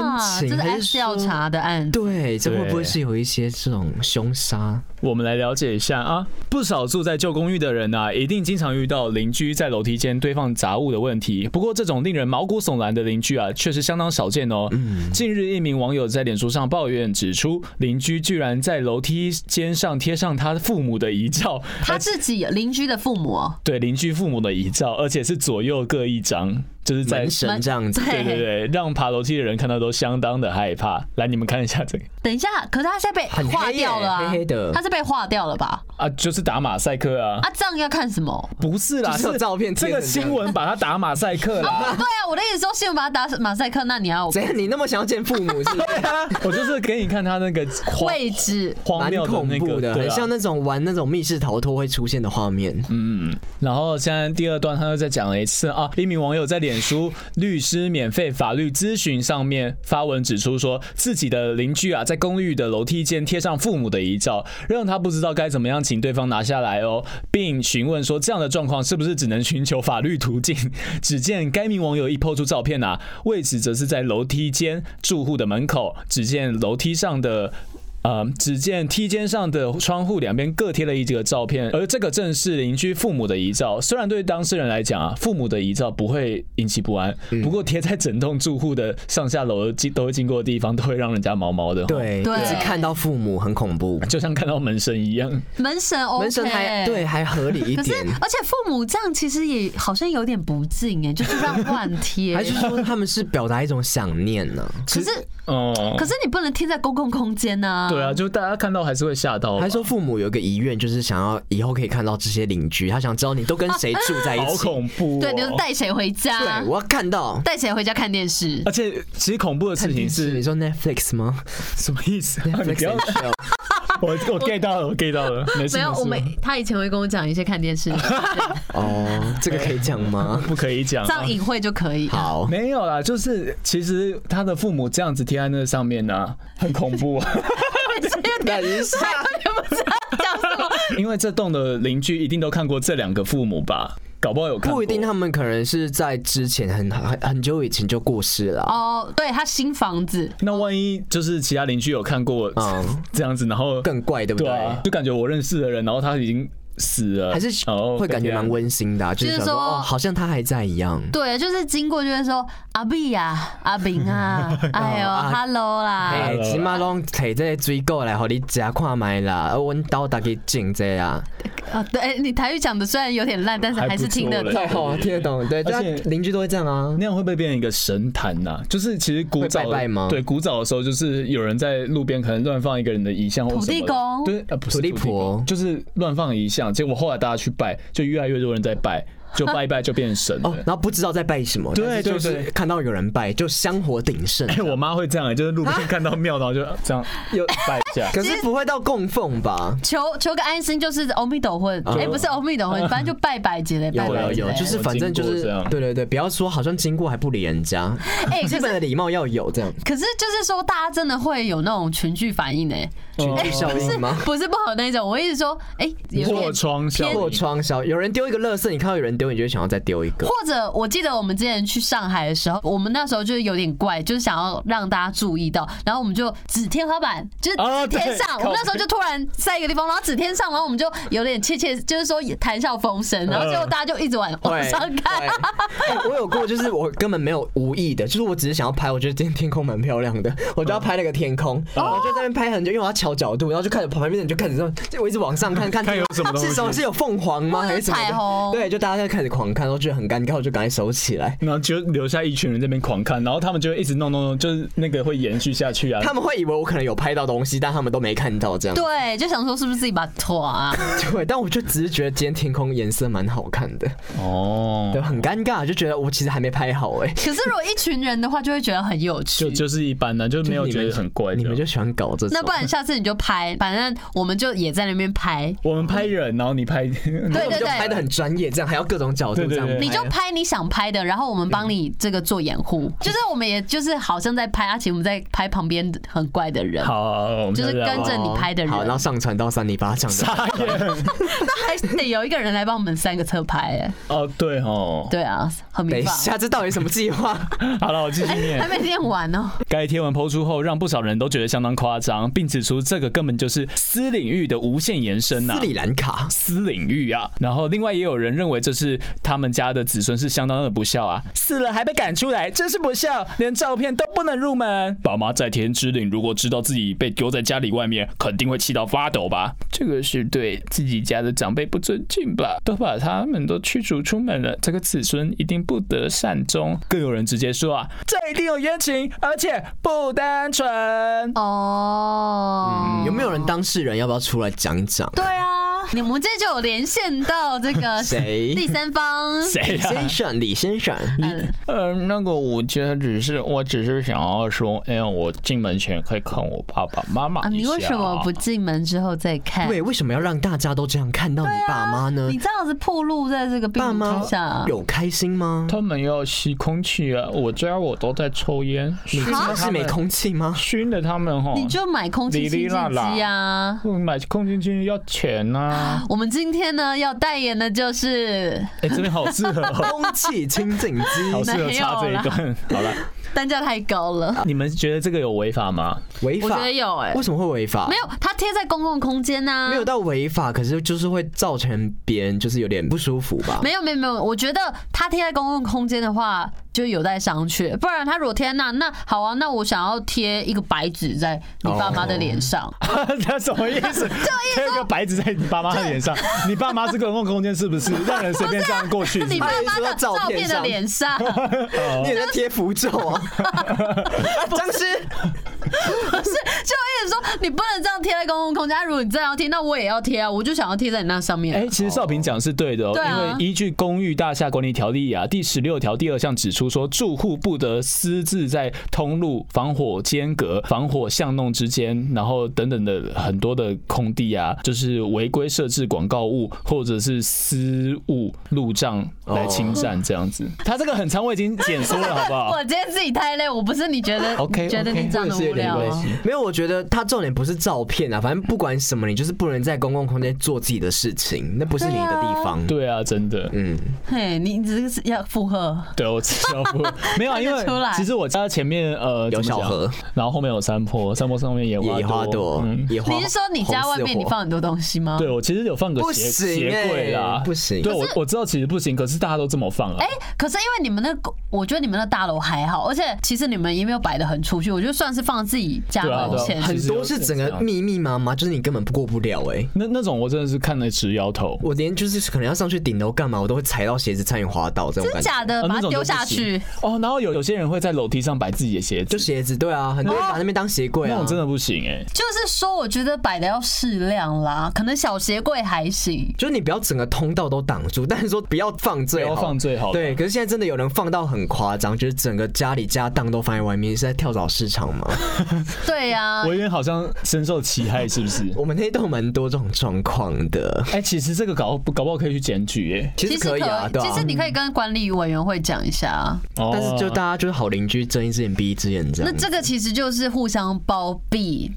这
冤情
是
还
按
是
调
说
查的案
对，这
对
会不会是有一些这种凶杀？
我们来了解一下啊，不少住在旧公寓的人啊，一定经常遇到邻居在楼梯间堆放杂物的问题。不过，这种令人毛骨悚然的邻居啊，确实相当少见哦。近日，一名网友在脸书上抱怨指出，邻居居然在楼梯间上贴上他父母的遗照，哎
他自己邻居的父母哦，
对邻居父母的遗照，而且是左右各一张，就是在
门神这样子，
对 对对，让爬楼梯的人看到都相当的害怕。来，你们看一下这个
等一下，可是他现在被
很黑
划
耶
掉了啊，
黑黑的
他是被划掉了吧？
啊，就是打马赛克啊，
啊，这样要看什么？
不是啦，
就是有照片
这
贴
个
成这样
新闻把它打马赛克啦。
对啊，我的意思说，新闻把他打马赛克，那你要
怎样？你那么想要见父母是不是？
我就是给你看他那个荒
位置。
荒
蛮
谬的
恐
那
怖
个，
的，
对
很像
啊。嗯
那种玩那种密室逃脱会出现的画面。
然后现在第二段他又再讲了一次啊，一名网友在脸书律师免费法律咨询上面发文指出说，自己的邻居啊在公寓的楼梯间贴上父母的遗照，让他不知道该怎么样请对方拿下来哦，并询问说这样的状况是不是只能寻求法律途径？只见该名网友一抛出照片啊，位置则是在楼梯间住户的门口，只见楼梯上的。呃，只见梯间上的窗户两边各贴了一个照片，而这个正是邻居父母的遗照。虽然对当事人来讲啊，父母的遗照不会引起不安，不过贴在整栋住户的上下楼经都会经过的地方，都会让人家毛毛的。，
对，
对
一直看到父母很恐怖，
就像看到门神一样。
门神 OK，
门神还对，还合理一
可是
点。
而且父母这样其实也好像有点不敬哎，就是让乱贴
还。是说他们是表达一种想念呢、
可是
哦、
可是嗯你不能贴在公共空间呐。
对啊，就大家看到还是会吓到吧。
还说父母有个遗愿，就是想要以后可以看到这些邻居，他想知道你都跟谁住在一
好
起。
恐啊怖、哦。
对，你就是带谁回家
对，，我要看到。
带谁回家看电视
而。且其实恐怖的事情
你
是
说 Netflix 吗
什么意思？ 啊、你不
？Netflix
要
and，chill
我我 get 到了，我 get 到了，没事
没有，
事
我们他以前会跟我讲一些看电 视，这
哦，这个可以讲吗？
不可以讲、啊。
样隐晦就可以。
好，
没有啦，就是其实他的父母这样子贴在那上面呢、 很恐怖、 啊，
等一下，
因为这栋的邻居一定都看过这两个父母吧？搞不好有看过
不一定，他们可能是在之前很很很久以前就过世了。
哦，对他新房子，
那万一就是其他邻居有看过
嗯
这样子，然后
更怪，对不
哦对啊
对？
啊，就感觉我认识的人，然后他已经死了，
还是
哦
会感觉蛮温馨的啊、就是
就是
想说，
说
哦，好像他还在一样。
对，就是经过就会说阿碧呀、阿炳 啊，哎呦
啊
，hello 啦，
哎，起码拢摕这个水果来，互你食看卖啦。啊，阮兜大家种这啊，
啊，对，哎你台语讲的虽然有点烂，但是
还
还是
不
听得
错
懂
嘞。太好了听
得懂。对，
而且
但邻居都会这样啊。
那样会不会变成一个神坛呐、就是其实古早
会拜拜吗
对，古早的时候就是有人在路边可能乱放一个人的遗像或什么的
土地公
对，呃，不是
土地
公
婆
就是乱放遗像。结果后来大家去拜，就越来越多人在拜，就拜一拜就变神
哦
了，。
然后不知道在拜什么，
对
但是就
对
是
对
看到有人拜，就香火鼎 盛。
哎、我妈会这样、就是路边看到庙，然后就这样又拜一 下。
可是不会到供奉吧？
求求个安心，就是欧米斗混，哎，不是欧米斗混，反正就拜拜节嘞，拜
嗯有
拜
有
节
有，
嘞。
就是反正就
我经
是
过这样
对对对，不要说好像经过还不理人家，
哎，可
基本
是
的礼貌要有这样。
可是就是说，大家真的会有那种群聚反应哎，
嗯群聚效应吗？
不是不好那种。我一直说，哎，有点
破窗效应
破窗效，有人丢一个垃圾，你看到有人丢，你就会想要再丢一个。
或者我记得我们之前去上海的时候，我们那时候就是有点怪，就是想要让大家注意到，然后我们就指天花板，就是
哦对
天上，我
靠
们那时候就突然在一个地方，然后指天上，然后我们就有点窃窃，就是说谈笑风
嗯
生，然后结果大家就一直往往上看，
对哎我有过，就是我根本没有无意的，就是我只是想要拍，我觉得今天天空蛮漂亮的， 我就要拍那个天
嗯
空，然后我就在那边拍很久，因为我要调角度，然后就开始旁边的人就开始这样，就我一直往上 看看，
看有什么东西嗯
是什么是有凤凰吗？
或者
还是什么的
彩虹
对，就大家就开始狂看，然后觉得很尴尬，我就赶快收起来。
然后就留下一群人在那边狂看，然后他们就会一直弄弄弄，就是那个会延续下去啊。
他们会以为我可能有拍到东西，但他们都没看到这样。
对，就想说是不是自己把错啊？
对，但我就只是觉得今天天空颜色蛮好看的，
哦
对，，很尴尬，就觉得我其实还没拍好哎、
可是如果一群人的话，就会觉得很有
就
趣。
就是一般的，就是没有觉得很怪这
你
样。
们就喜欢搞这种。
那不然下次你就拍，反正我们就也在那边拍，
我们拍人，然后你 拍，
对
我们就拍的很专业，这样还要各种角度
对对哎
这样
对
拍。
你就拍你想拍的，然后我们帮你这个做掩
嗯
护，就是我们也就是好像在拍，而且我们在拍旁边很怪的人，
好好，好我们
就是
再聊啊
跟着你拍的人，
好，然后上传到三里八掌的。
那还得有一个人来帮我们三个侧拍，哎，
哦，对哦，
对啊，很
等
明
一
棒。
下，这到底什么计 划？
好了，我继续
还
念。
没练完哦，
该贴文抛出后，让不少人都觉得相当夸张，并指出这个根本就是私领域的无限延伸呐、啊
斯里兰卡，
私领域啊，然后另外也有人认为这是他们家的子孙是相当的不孝啊，死了还被赶出来，真是不孝，连照片都不能入门。宝妈在天之灵如果知道自己被丢在家里外面，肯定会气到发抖吧？这个是对自己家的长辈不尊敬吧？都把他们都驱逐出门了，这个子孙一定不得善终。更有人直接说啊，这一定有冤情，而且不单纯。
哦，
嗯有没有人当事人？要不要出来讲讲？
对啊，你们这就有连线到这个
谁
第三方，
谁啊呀、
先生，李先生，
哎
呃，那个，我觉得只是，我只是想要说，哎、我进门前可以看我爸爸妈妈
啊，
一
你
下
为什么不进门之后再看？
对，为什么要让大家都这样看到你爸妈呢
你？这样子暴露在这个病
爸妈
毒之下，啊
有开心吗？
他们要吸空气啊！我家我都在抽烟，
你
熏
家是没空气吗？
熏的他们哈。
你就买空气清
啊哩哩啦
净
啦
机啊。
嗯买空气净要钱啊！
我们今天呢要代言的就是
哎、这边好 适合、哦，
空气清净
好
机
适合插这一段。好了，
单价太高了，
你们觉得这个有违法 吗？
违
我觉
法？
得有哎、
为什么会违法？
没有，啊它贴在公共空间呐、
没有到违法，可是就是会造成别人就是有点不舒服吧？
没有没有没有，我觉得它贴在公共空间的话，就有待商榷。不然它如果贴在那，那好啊，那我想要贴一个白纸在你爸妈的脸上，
他什么意 思？贴个白纸在你爸妈的脸上，你爸妈是公共空间是不是？让人随便这样过去是 不
啊你
是
爸妈的照片的脸上，
哦
你也在贴符咒 啊？僵尸，
不是，就一直说你不能这样贴在公共空间。啊如果你真的要贴，那我也要贴啊，我就想要贴在你那上面啊。
哎、其实少平讲是对的、哦，
对啊
因为依据《公寓大厦管理条例》啊第十六条第二项指出说，住户不得私自在通路、防火间隔、防火巷弄之间，然后等等的很多的空地啊，就是违规设置广告物或者是私物路障
哦
来侵占这样子。他这个很长，我已经简缩了，好不好？
我今天自己太累，我不是你觉得
OK，
你觉得你
OK，
长得
我也是有
聊哦
没关系
没有，我觉得它重点不是照片啊，反正不管什么，你就是不能在公共空间做自己的事情，那不是你的地方。
对啊，真的，
嗯，
嘿，你只是要附和，
对我知道 不没有啊，因为
看得出来
其实我家前面呃
有
怎么
小
讲
河
然后后面有山坡，山坡上面野
野花
花
朵
嗯，
野花。
你是说你家外面你放很多东西吗？
对，我其实有放个
不
鞋
行
鞋柜啦
欸，不行
对，我我知道其实不行，可是大家都这么放啊。哎，
可是因为你们那个，我觉得你们那大楼还好，而且其实你们也没有摆的很出去，我觉得算是放自己家门
对
前
啊。
很多是整个密密麻麻，就是你根本过不了哎、
那那种我真的是看了直摇头。
我连就是可能要上去顶楼干嘛，我都会踩到鞋子差点滑倒这种
真
感觉。
假的，
啊
呃把
那
它
种就
丢
不
下去
行。哦，然后有有些人会在楼梯上摆自己的鞋子
就，鞋子，对啊，很多人把那边当鞋柜
那
啊，
种真的不行哎、
就是说，我觉得摆的要适量啦，可能小鞋柜还行。
就是你不要整个通道都挡住，但是说不要放最
不
好，
要放最好
对，可是现在真的有人放到很夸张，就是整个家里家当都放在外面，是在跳蚤市场吗？
对啊呀、
我有点好像深受其害，是不是？
我们那一栋蛮多这种状况的，
哎、其实这个搞搞不好可以去检举哎、
其实可以啊，嗯对
其实
啊。
你可以跟管理委员会讲一下啊。
哦
但是就大家就是好邻居，睁一只眼闭一只眼这
那
样，
这个其实就是互相包庇。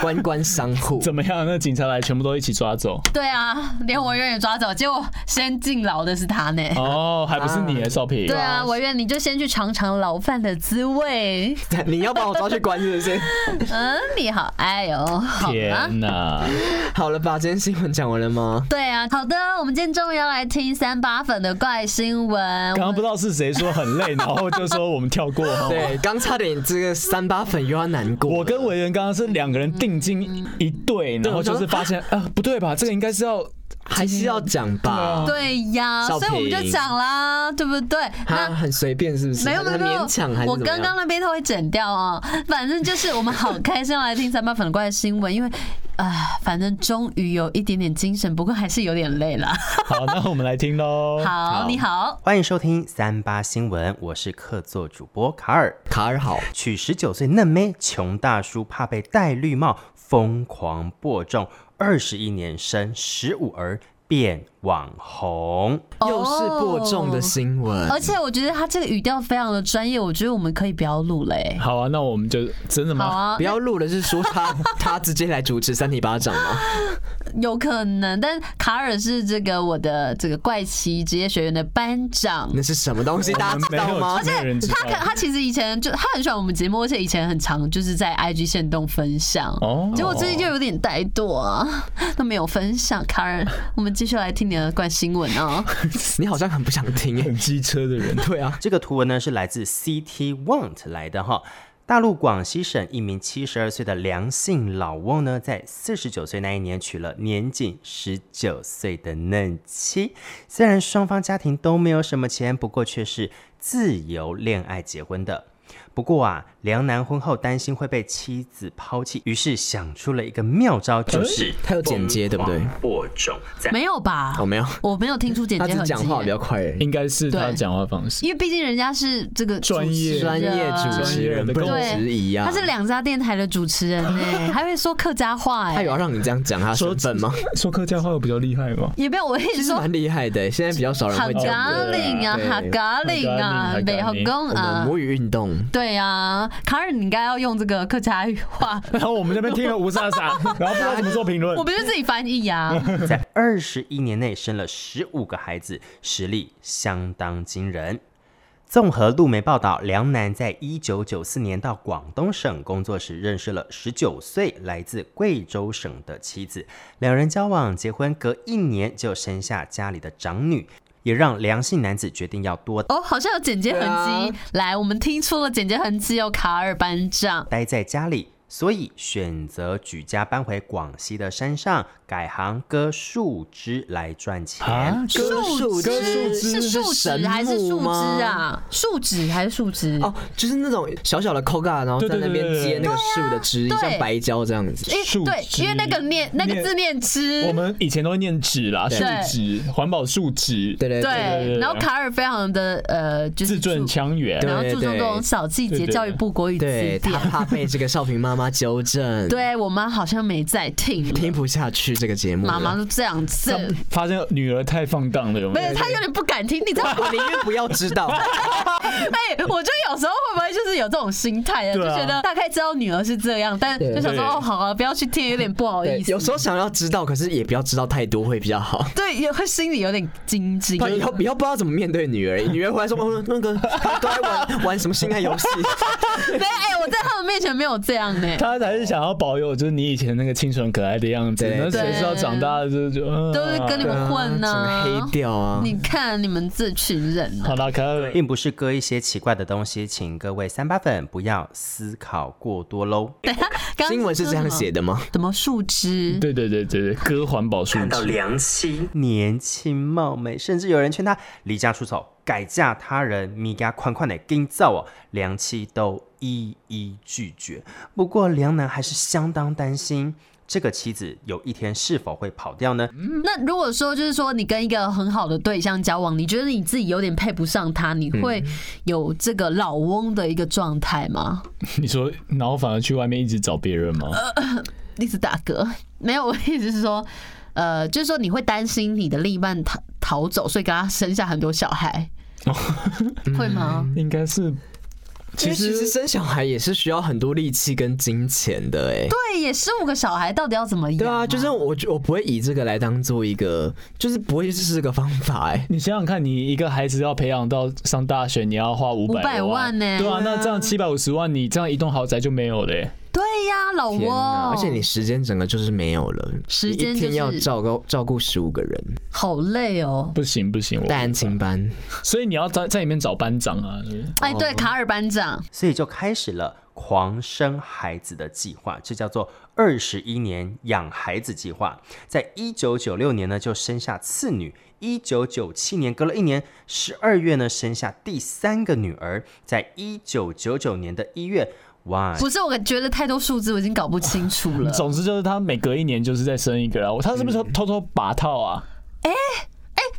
官官相护。
怎么样？那警察来全部都一起抓走
对啊，连委员也抓走，结果先进牢的是他呢。
哦，还不是你哎、少平。
对啊，委员你就先去尝尝牢饭的滋 味。
你要把我抓去关是不是？
嗯，你好，哎呦，好啊。
天哪！
好了吧，今天新闻讲完了吗？
对啊，好的，我们今天终于要来听三八粉的怪新闻。
刚刚不知道是谁说很累，然后就说我们跳 过。哦
对，刚差点这个三八粉又要难过了。
我跟维仁刚刚是两个人定睛一对，然后就是发现啊，不对吧？这个应该是要
还是要讲吧，
对呀，
少
所以我们就
平
讲啦，对不对？
他很随便是不是？
啊没有没有
很
没有
勉强还，是
我
怎么
刚
样
刚那边都会剪掉啊、 反正就是我们好开心要来听三八粉的怪新闻，因为。唉，反正终于有一点点精神，不过还是有点累了。
好，那我们来听喽。
哦
好，你好，
欢迎收听三八新闻，我是客座主播卡尔。
卡尔好，
娶十九岁嫩妹，穷大叔怕被戴绿帽，疯狂播种，二十一年生十五儿变网红。
又是播种的新闻，
哦而且我觉得他这个语调非常的专业，我觉得我们可以不要录嘞、
好啊，那我们就真的
好
吗？
啊
不，要录了，是说 他他直接来主持三体巴掌吗？
有可能，但卡尔是这个我的这个怪奇职业学院的班长，
那是什么东西？
我们
大家知
没
道
有
吗？
没有人知道
他可他其实以前就他很喜欢我们节目，而且以前很常就是在 IG 线动分享。
哦
结果最近就有点怠惰啊， 都没有分享。卡尔，我们继续来听你的怪新闻 啊。
你好像很不想听耶
很机车的人。
对啊，
这个图文呢是来自 CT Want 来的哈。大陆广西省一名七十二岁的梁姓老翁呢，在四十九岁那一年娶了年仅十九岁的嫩妻。虽然双方家庭都没有什么钱，不过却是自由恋爱结婚的。不过啊，梁男婚后担心会被妻子抛弃，于是想出了一个妙招，就是
哎他有剪接对不对
疯狂播种，在
没有吧？
哦没有，
我没有听出简
他
介
只
痕迹
讲话比
耶。
较快而已。
应该是他
对
讲话方式。
因为毕竟人家是这个
专业
主持
专
人
业主持人不能
对
质疑啊
他，是两家电台的主持人呢、 还会说客家话哎、
他有要让你这样讲他身份吗？
说客家话有比较厉害吗？
也没有我跟你
其实
说，
蛮厉害的耶，现在比较少人
好
会讲
咖
的。
喱啊，
对
好咖喱啊
哈，嘎
北好
令
公
我们
啊，
母语运动，
对呀、卡尔，你应该要用这个客家语 话，
然后我们这边听了吴莎莎， 然后不知道怎么做评论
我。们就自己翻译啊呀、
在二十一年内生了十五个孩子，实力相当惊人。综合路媒报道，梁楠在一九九四年到广东省工作时，认识了十九岁来自贵州省的妻子，两人交往结婚，隔一年就生下家里的长女，也让梁姓男子决定要多
哦，好像有剪接痕迹。
对啊
来，我们听出了剪接痕迹哦，卡尔班长。
待在家里，所以选择举家搬回广西的山上，改行割树枝来赚钱。
啊，
割树
割树枝
是树
神
脂还是树
木吗
枝啊？树脂还是树枝？
哦，就是那种小小的扣嘎，然后
对
在
对
那边
对对
接那个树的枝，
对啊对
像白胶这样子。
诶
树
对，
枝
因为那个念那个字念枝
我，们以前都会念纸啦，树
对
脂，环保树脂，
对对对，
对。
对
然后卡尔非常的呃，就是
字正
注
腔圆。
对
然后注重这种小细节，
对对
教育部国语词
对
典
他。怕被这个少平妈妈妈纠正，，
对我妈好像没在听了，
听不下去这个节目了。
妈妈都这样子，
发现女儿太放荡了，有
不
没有
是？她有点不敢听，你知道吗？
我宁愿不要知 道。
哎、我觉得有时候会不会就是有这种心态啊，就
对啊
觉得大概知道女儿是这样，但就想
对
说哦，好啊，不要去听，有点不好
对
意，思。
有时候想要知道，可是也不要知道太多会比较好。
对，也会心里有点惊惊。
以后以后不知道怎么面对女儿，女儿回 来说：“哦，那个她都在玩玩什么性爱游戏。
对，哎、我在他们面前没有这样呢、
她还是想要保有就是你以前那个清纯可爱的样子，
对
那谁
对
知道长大了就就嗯
都是跟你”们混呢、
啊，整个黑掉啊！
你看你们这群人、啊，
好了，可爱
并不是割一些奇怪的东西，请各位三八粉不要思考过多喽。
刚刚
新闻是这样写的吗？
说什么，什么树枝？
对对对对对，割环保树枝。
良妻年轻貌美，甚至有人劝她离家出走、改嫁他人，米家款款的跟造哦，良妻都一一拒绝。不过梁楠还是相当担心。这个妻子有一天是否会跑掉呢？
那如果说就是说你跟一个很好的对象交往，你觉得你自己有点配不上他，
嗯
你会有这个老翁的一个状态吗？
你说，然后反而去外面一直找别人吗？
一直打嗝，没有，我的意思是说，呃，就是说你会担心你的另一半逃逃走，所以跟他生下很多小孩，
哦
会
嗯
吗？
应该是，
因
其
为其实
实
生小孩也是需要很多力气跟金钱的哎、
对，啊也十五个小孩到底要怎么养？
对啊，就是我我不会以这个来当做一个，就是不会是这个方法哎、
你想想看，你一个孩子要培养到上大学，你要花五
500
万
万呢
对啊，那这样七百五十万，你这样一栋豪宅就没有了耶。
对呀、老
天哪！
窝，
而且你时间整个就是没有了，
哦时间
你一
就
天
是
要照顾照顾十五个人，
好累哦。
不行不行，我
带安亲班，
所以你要在在里面找班长啊，是不是
哎，对，卡尔班长，
所以就开始了狂生孩子的计划，这叫做二十一年养孩子计划。在一九九六年呢，就生下次女；一九九七年隔了一年，十二月呢生下第三个女儿；在一九九九年的一月，
哎
哇，
不是，我觉得太多数字我已经搞不清楚 了。
总之就是他每隔一年就是在生一个，然后他是不是偷偷把套啊？
哎，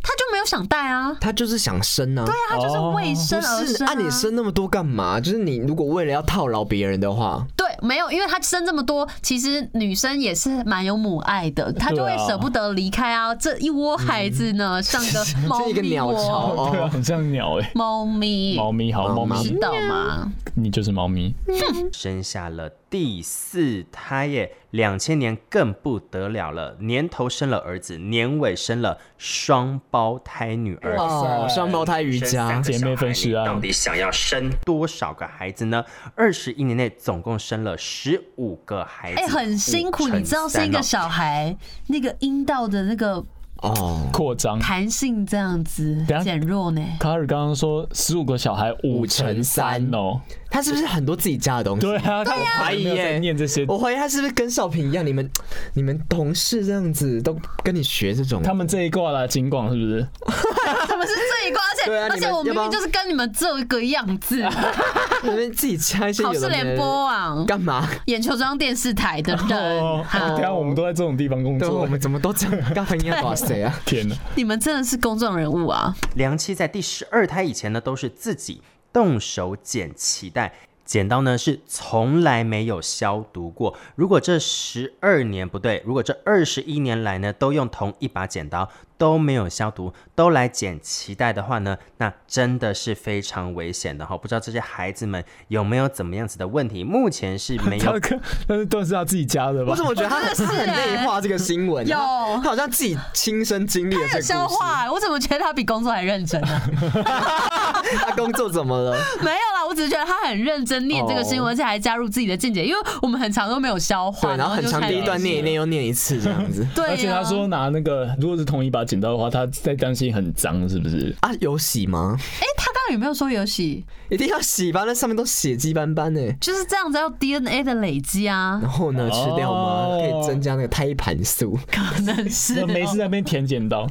他就没有想带啊，哎
他就是想生啊。对
他就是为生而
是
生、
啊，你。生那么多干嘛？就是你如果为了要套牢别人的话，
对，没有，因为他生这么多，其实女生也是蛮有母爱的，她就会
对啊
舍不得离开啊。这一窝孩子呢，像 个猫
嗯是一个
咪
鸟巢
窝，
对啊，
哦。
很像鸟哎、
猫咪，
猫咪好，猫
猫嗯
咪
知道吗？
你就是猫咪，
生下了第四胎耶，两千年更不得了了，年头生了儿子，年尾生了双胞胎女儿。
哦，双胞胎瑜
生三
伽
个
姐妹分尸案
小孩你到底想要生多少个孩子呢？二十一年内总共生了十五个孩子，
哎、很辛苦，
五乘
你知道生一个
三哦
小孩，那个阴道的那个
哦，
扩张。
弹性这样子
等下
减弱呢。
卡尔刚刚说十五个小孩五乘三哦，
他是不是很多自己家的东西？
对啊，我
怀疑
没有在
耶
念这些，
我怀疑他是不是跟少平一样，你们你们同事这样子都跟你学这种，
他们这一挂啦，金广是不是？
怎么是这一关？而且、
对啊
而
你
且
们
我明
要不
明
要
就是跟你们这个样 子，
你们自己加一些
好
有
事
的没
联
的
播网、
干嘛？
眼球中央电视台的人，
哦，
好
等一下我们都在这种地方工
对，我
作，
们怎么都这 样？干嘛要把谁啊？
天哪！
你们真的是公众人物啊！
梁妻在第十二胎以前呢，都是自己动手剪脐带。剪刀呢是从来没有消毒过。如果这十二年不对，如果这二十一年来呢都用同一把剪刀都没有消毒，都来剪脐带的话呢，那真的是非常危险的哈。不知道这些孩子们有没有怎么样子的问题？目前是没有
他可但是都是他自己家的吧
我？怎么觉得他很
真的是
很
欸
内化这个新闻？
有
他好像自己亲身经历了这个
消
故事。
化、欸我怎么觉得他比工作还认真呢、啊
他工作怎么了？
没有啦，我只是觉得他很认真念这个新闻，而且还加入自己的见解，因为我们很长都没有消化，
对，然后很
就
长
看。
第一段念一念又念一次这样子
对、啊，
而且他说拿那个，如果是同一把剪刀的话，他在担心很脏，是不是？
啊，有洗吗？
哎、他刚刚有没有说有洗？
一定要洗吧，那上面都血迹斑斑呢。
就是这样子，要 DNA 的累积 啊，
然后呢，吃掉吗？
哦
可以增加那个胎盘素。
可能是、
那没事，在那边舔剪刀，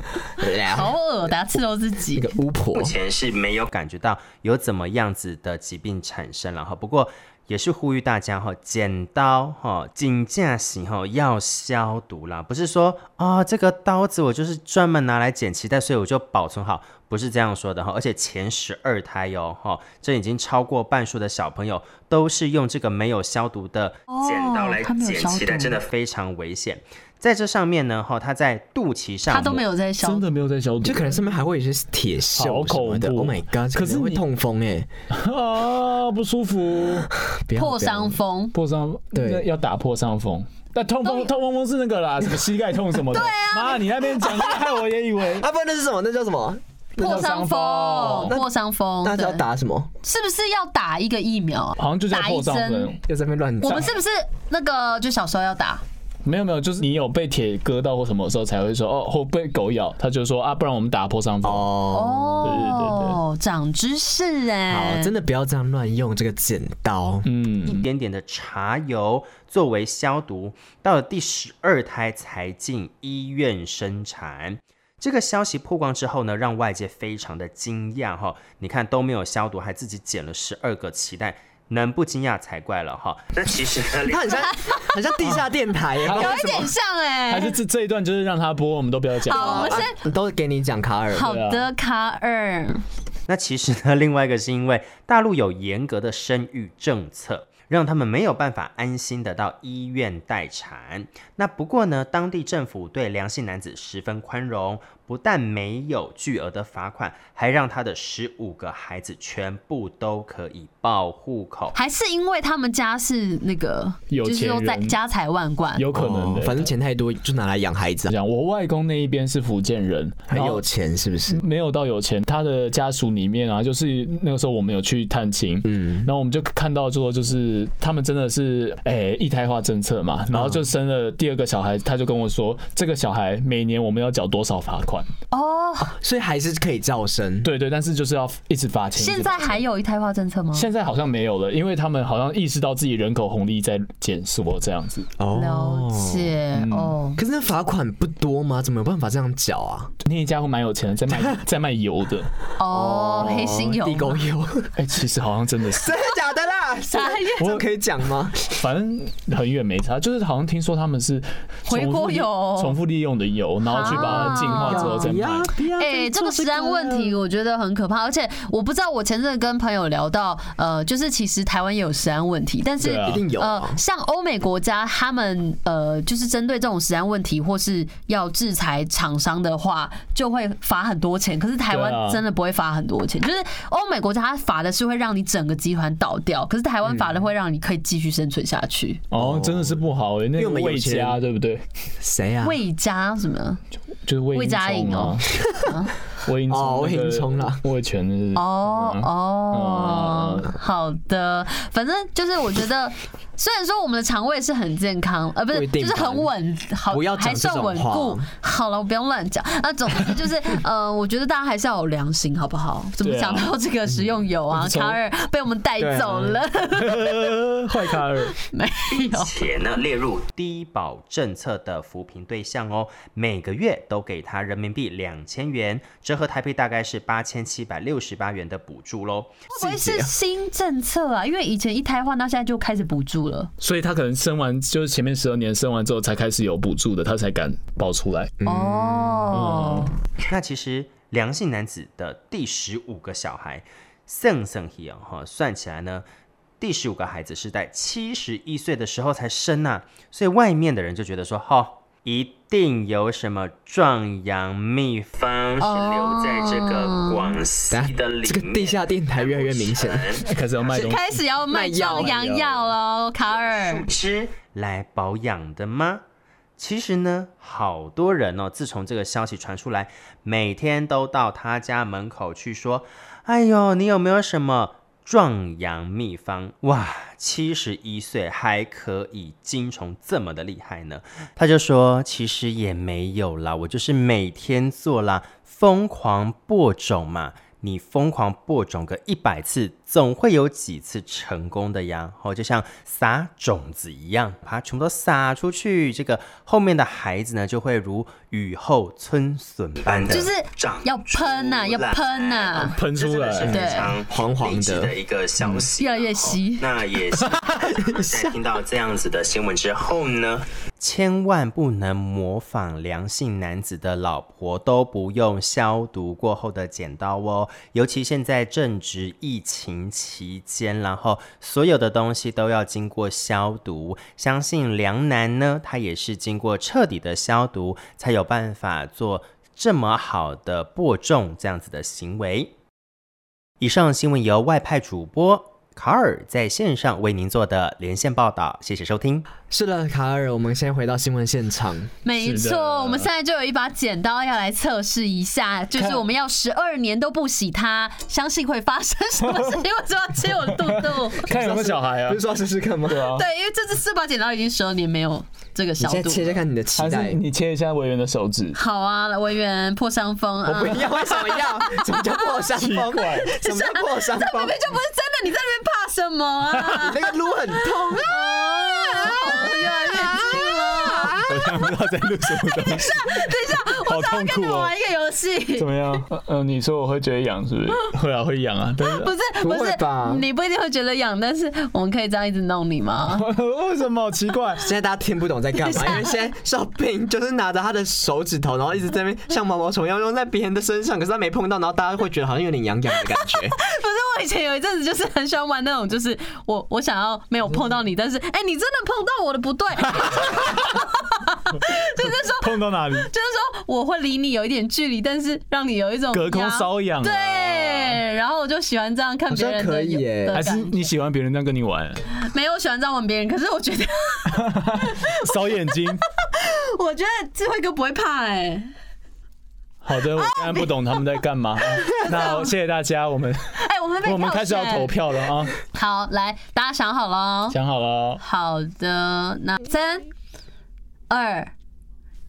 然 后
好恶的、刺透自
那
己。哦
个巫婆
目前是没有感觉到有怎么样子的疾病产生了哈。不过也是呼吁大家哈，剪刀哈，警戒型哈要消毒啦，不是说啊、这个刀子我就是专门拿来剪脐带，所以我就保存好，不是这样说的哈。而且前十二胎哟、哈，这已经超过半数的小朋友都是用这个没有消毒的剪刀
哦
来
他没有
剪
消
脐带，
毒
真的非常危险。在这上面呢，哈，它在肚脐上
他都没
有。
有在消
真的没有在消毒，
就可能上面还会有一些铁
好
锈什
恐
么的。
怖
Oh my god！
可是
能会
你
痛风哎，
啊不舒服，
不要
破
不要
伤风。
破伤
对
那要打破伤风。那痛风痛风是那个啦，什么膝盖痛什么的。对啊，妈，你那边讲，害我也以为
啊，不然那是什么？那叫什么？
破伤风，
那
破伤风，
那是要
对
打什么？
是不是要打一个疫苗啊？
好像就叫
打
破
一
伤
针
风。
又在那边乱
我
讲
们。是不是那个就小时候要打？
没有没有，就是你有被铁割到或什么时候才会说哦，或被狗咬，他就说啊，不然我们打破伤风。
哦，
哦，长知识哎
好，，真的不要这样乱用这个剪刀。
嗯，
一点点的茶油作为消毒，到了第十二胎才进医院生产。这个消息曝光之后呢，让外界非常的惊讶哈、你看都没有消毒，还自己剪了十二个脐带，能不惊讶才怪了哈、那其实呢，
它很像，很像地下电台耶。不知道
有
为
一
什么
点像
还
哎
是。这这一段就是让他播，我们都不要讲。
哦好，我们先
啊都给你讲卡尔。哦
好
对啊
的卡尔，
那其实呢，另外一个是因为大陆有严格的生育政策，让他们没有办法安心的到医院待产。那不过呢，当地政府对良性男子十分宽容，不但没有巨额的罚款，还让他的十五个孩子全部都可以报户口。
还是因为他们家是那个，
有
就是说
钱
在
人
家财万贯，
有可能的。嗯
哦反正钱太多就拿来养孩子啊，
讲我外公那一边是福建人，
很
然后
有钱是不是？
没有到有钱，他的家属里面啊，就是那个时候我们有去探亲，嗯，然后我们就看到说，就是他们真的是，哎、一胎化政策嘛，然后就生了第二个小孩，他就跟我说，这个小孩每年我们要缴多少罚款，
哦。
所以还是可以照生。
对对，但是就是要一直罚钱。一直
现在
罚钱
还有一胎化政策吗？
现在好像没有了，因为他们好像意识到自己人口红利在减缩这样子。
了解哦，
哦可是那罚款不多吗？怎么有办法这样缴啊？
那一家伙蛮有钱的，在卖在卖油的。
哦，黑心油
地沟油，
哎、其实好像真的是，
真的假的啦？
啥呀
这可以讲吗？
反正很远没差，就是好像听说他们是重
回
复
锅油
重复利用的油，然后去把它净化之后再卖。
哎、这个食安问题我觉得很可怕，而且我不知道，我前阵子跟朋友聊到，呃，就是其实台湾也有食安问题，但是
对啊一
定有啊
呃，像欧美国家，他们呃，就是针对这种食安问题或是要制裁厂商的话，就会罚很多钱。可是台湾
对啊
真的不会罚很多钱，就是欧美国家它罚的是会让你整个集团倒掉，可是台
嗯
湾罚的会让你可以继续生存下去。
哦，真的是不好哎、那
为
个
我们有
魏
钱
家对不对？
谁啊？
魏家什么？
就是魏
魏家
英
颖哦
聪啊，魏英
哦
聪，
魏英聪啦，
魏全是
哦
嗯
嗯
哦，好的，反正就是我觉得， 虽然说我们的肠胃是很健康，呃，不
不
是，
一定
就是很稳，好，
不要讲
还
这种
算稳固
话。
好了，我不用乱讲。那总之 就是，呃，我觉得大家还是要有良心，好不好？怎么
对啊
讲到这个食用油
嗯
啊？
从
卡尔被我们带走了，
啊
坏卡尔，
没有。
且呢列入低保政策的扶贫对象哦，每个月都给他人民币两千元，折合台币大概是八千七百六十八元的补助喽。
会不会是新政策啊？因为以前一胎换到现在就开始补助了。
所以他可能生完就是前面十二年生完之后才开始有补助的，他才敢爆出来。
嗯
哦，
那其实良性男子的第十五个小孩，圣圣希昂哦哈，算起来呢，第十五个孩子是在七十一岁的时候才生呐、所以外面的人就觉得说，哈、一定有什么壮阳秘方是留在这个广西
等下
的里哎面。
哦这个地下电台越来越明显。
开始要卖东西，
开始要卖
卖药
壮阳药喽，卡尔。
吃来保养的吗？其实呢，好多人哦，自从这个消息传出来，每天都到他家门口去说：“哎呦，你有没有什么壮阳秘方？哇，七十一岁还可以精虫这么的厉害呢？”他就说：“其实也没有啦，我就是每天做啦，疯狂播种嘛。”你疯狂播种个一百次，总会有几次成功的呀。哦，就像撒种子一样，把它全部都撒出去，这个后面的孩子呢，就会如雨后春笋般的
就是
长
要喷呐、
出
要
来
喷啊呐、
喷出来
这真的是非常
黄黄的
励志的一个消
嗯
息，
越来越稀
哦那也是在听到这样子的新闻之后呢， 千万不能模仿良性男子的老婆都不用消毒过后的剪刀哦，尤其现在正值疫情期间，然后所有的东西都要经过消毒，相信良男呢，他也是经过彻底的消毒，才有办法做。这么好的播种这样子的行为，以上新闻由外派主播卡尔在线上为您做的连线报道，谢谢收听。
是的，卡尔，我们先回到新闻现场。
没
是
错，
的
我们现在就有一把剪刀要来测试一下，就是我们要十二年都不洗它，相信会发生什么事情？为什么要切我的肚 肚？
看有没有小孩啊
不是？说要试试看吗？对啊。
对，因为这次四把剪刀已经十二年没有这个
你
消
现在
毒
切切
了。
看你的脐
还
带
是。你切一下委员的手指？
好啊，来文员破伤风
我
啊，
不要，为什么 要？什么叫破伤
奇
风？
怪
什么叫破伤
这明
风？
明就不是真的，你在那边怕什么啊？
那个撸很啊痛。哦
越来越近了。
我现在不知道在录什么东西，
等一下，
好
我想要
痛
跟你
苦
们
哦
玩。一个游戏
怎。么样？嗯、呃，你说我会觉得痒是不是？ 会啊，会痒啊。 但
不
是
是不
不会
是
吧，
你不一定会觉得痒，但是我们可以这样一直弄你吗？
为什么好奇怪？
现在大家听不懂在干嘛，因为现在邵兵就是拿着他的手指头，然后一直在那边像毛毛虫一样用在别人的身上，可是他没碰到，然后大家会觉得好像有点痒痒的感 觉。
不是，我以前有一阵子就是很喜欢玩那种，就是我我想要没有碰到
嗯
你，但是哎、你真的碰到我的不对， 就是说
碰到哪 里？
就是说我会离你有一点距离，但是让你有一种
隔空
压
瘙痒、啊。
对，然后我就喜欢这样看别人
好像可
的
以
有
耶
的
还
感觉，
是你喜欢别人这样跟你玩，
没有喜欢这样玩别人，可是我觉得
扫眼 睛。
我觉得智慧哥不会怕哎、
好的，我现在不懂他们在干 嘛。那谢谢大家，我们
哎、我们被
我们
票
开始要
选
投票了啊，
好，来大家想好了哦，
想好了哦。
好的，那三二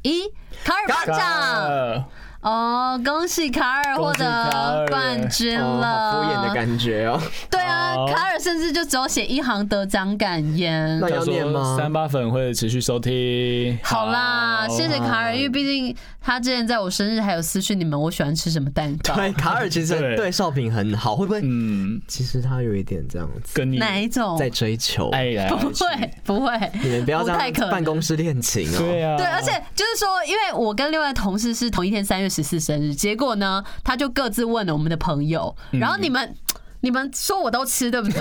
一，卡尔班
啊
长。
呃
哦，恭喜卡尔获
恭喜卡
得
尔
冠军
哦，好
了，
敷衍的感觉哦。
对啊
好，
卡尔甚至就只有写一行得奖感言
那。
他
要念
说
吗？
三八粉会持续收听。
好啦，谢谢卡尔，因为毕竟他之前在我生日还有私讯你们我喜欢吃什么蛋 糕，
对，卡尔其实
对
对少平很好，会不会？
嗯，
其实他有一点这样子
跟你
哪一种？
在追求。
哎呀，
不会，不会，
你们不要这
太可
样
能
办公室恋情哦。
对啊，
对，而且就是说，因为我跟另外的同事是同一天，三月十四生日，结果呢，他就各自问了我们的朋友，
嗯
然后你们、你们说我都吃，对不 对？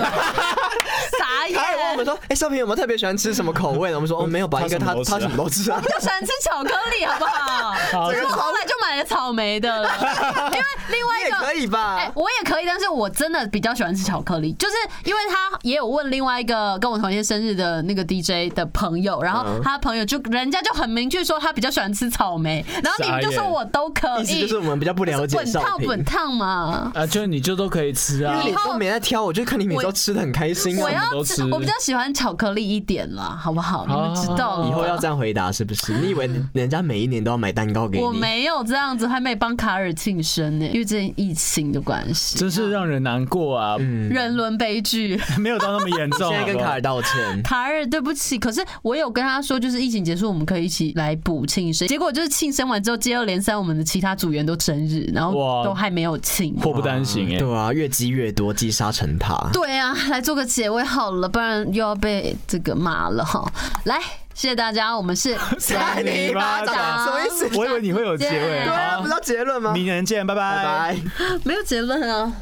傻
卡尔问我
眼
们。说：“哎，少平有没有特别喜欢吃什么口味的？”我们说：“哦，没有吧，
他
应该他
什么都吃啊
他什么 都吃啊。
就喜欢吃巧克力，好不 好？
好
所以我后来就买了草莓的了，因为另”
你
外一
也
个
可以
哎、
吧？
我也可以，但是我真的比较喜欢吃巧克力，就是因为他也有问另外一个跟我同一天生日的那个 DJ 的朋友，然
嗯
后他朋友就人家就很明确说他比较喜欢吃草莓，然后你们就说我都可
意思
呃以，
就是我们比较不了解
滚
少
烫
平，
滚烫嘛。
啊，就你就都可以吃啊
因为。你都没在挑，我就看你每周吃的很开心
我
啊。
都
要
吃
吃，我比较喜欢巧克力一点啦，好不好？你们知道了
以后要这样回答是不是？你以为
嗯
人家每一年都要买蛋糕给你？
我没有这样子，还没帮卡尔庆生呢，因为之前疫情的关系，
真是让人难过啊，
人伦悲剧。。
没有到啊那么严重。
嗯 现在跟
好不好
卡尔道歉
卡尔，对不起，可是我有跟他说，就是疫情结束，我们可以一起来补庆生。结果就是庆生完之后，接二连三，我们的其他组员都生日，然后
哇
都还没有庆。
祸不单行哎，
对啊，越积越多，积沙成塔。
对啊，来做个结尾好了，不然又要被这个骂了哈。来，谢谢大家，我们是
扇你一巴掌什么意思
我以为你会有结尾，
对
对啊，
好
不是，要结论吗？
明年见，拜
拜拜。
没有结论啊。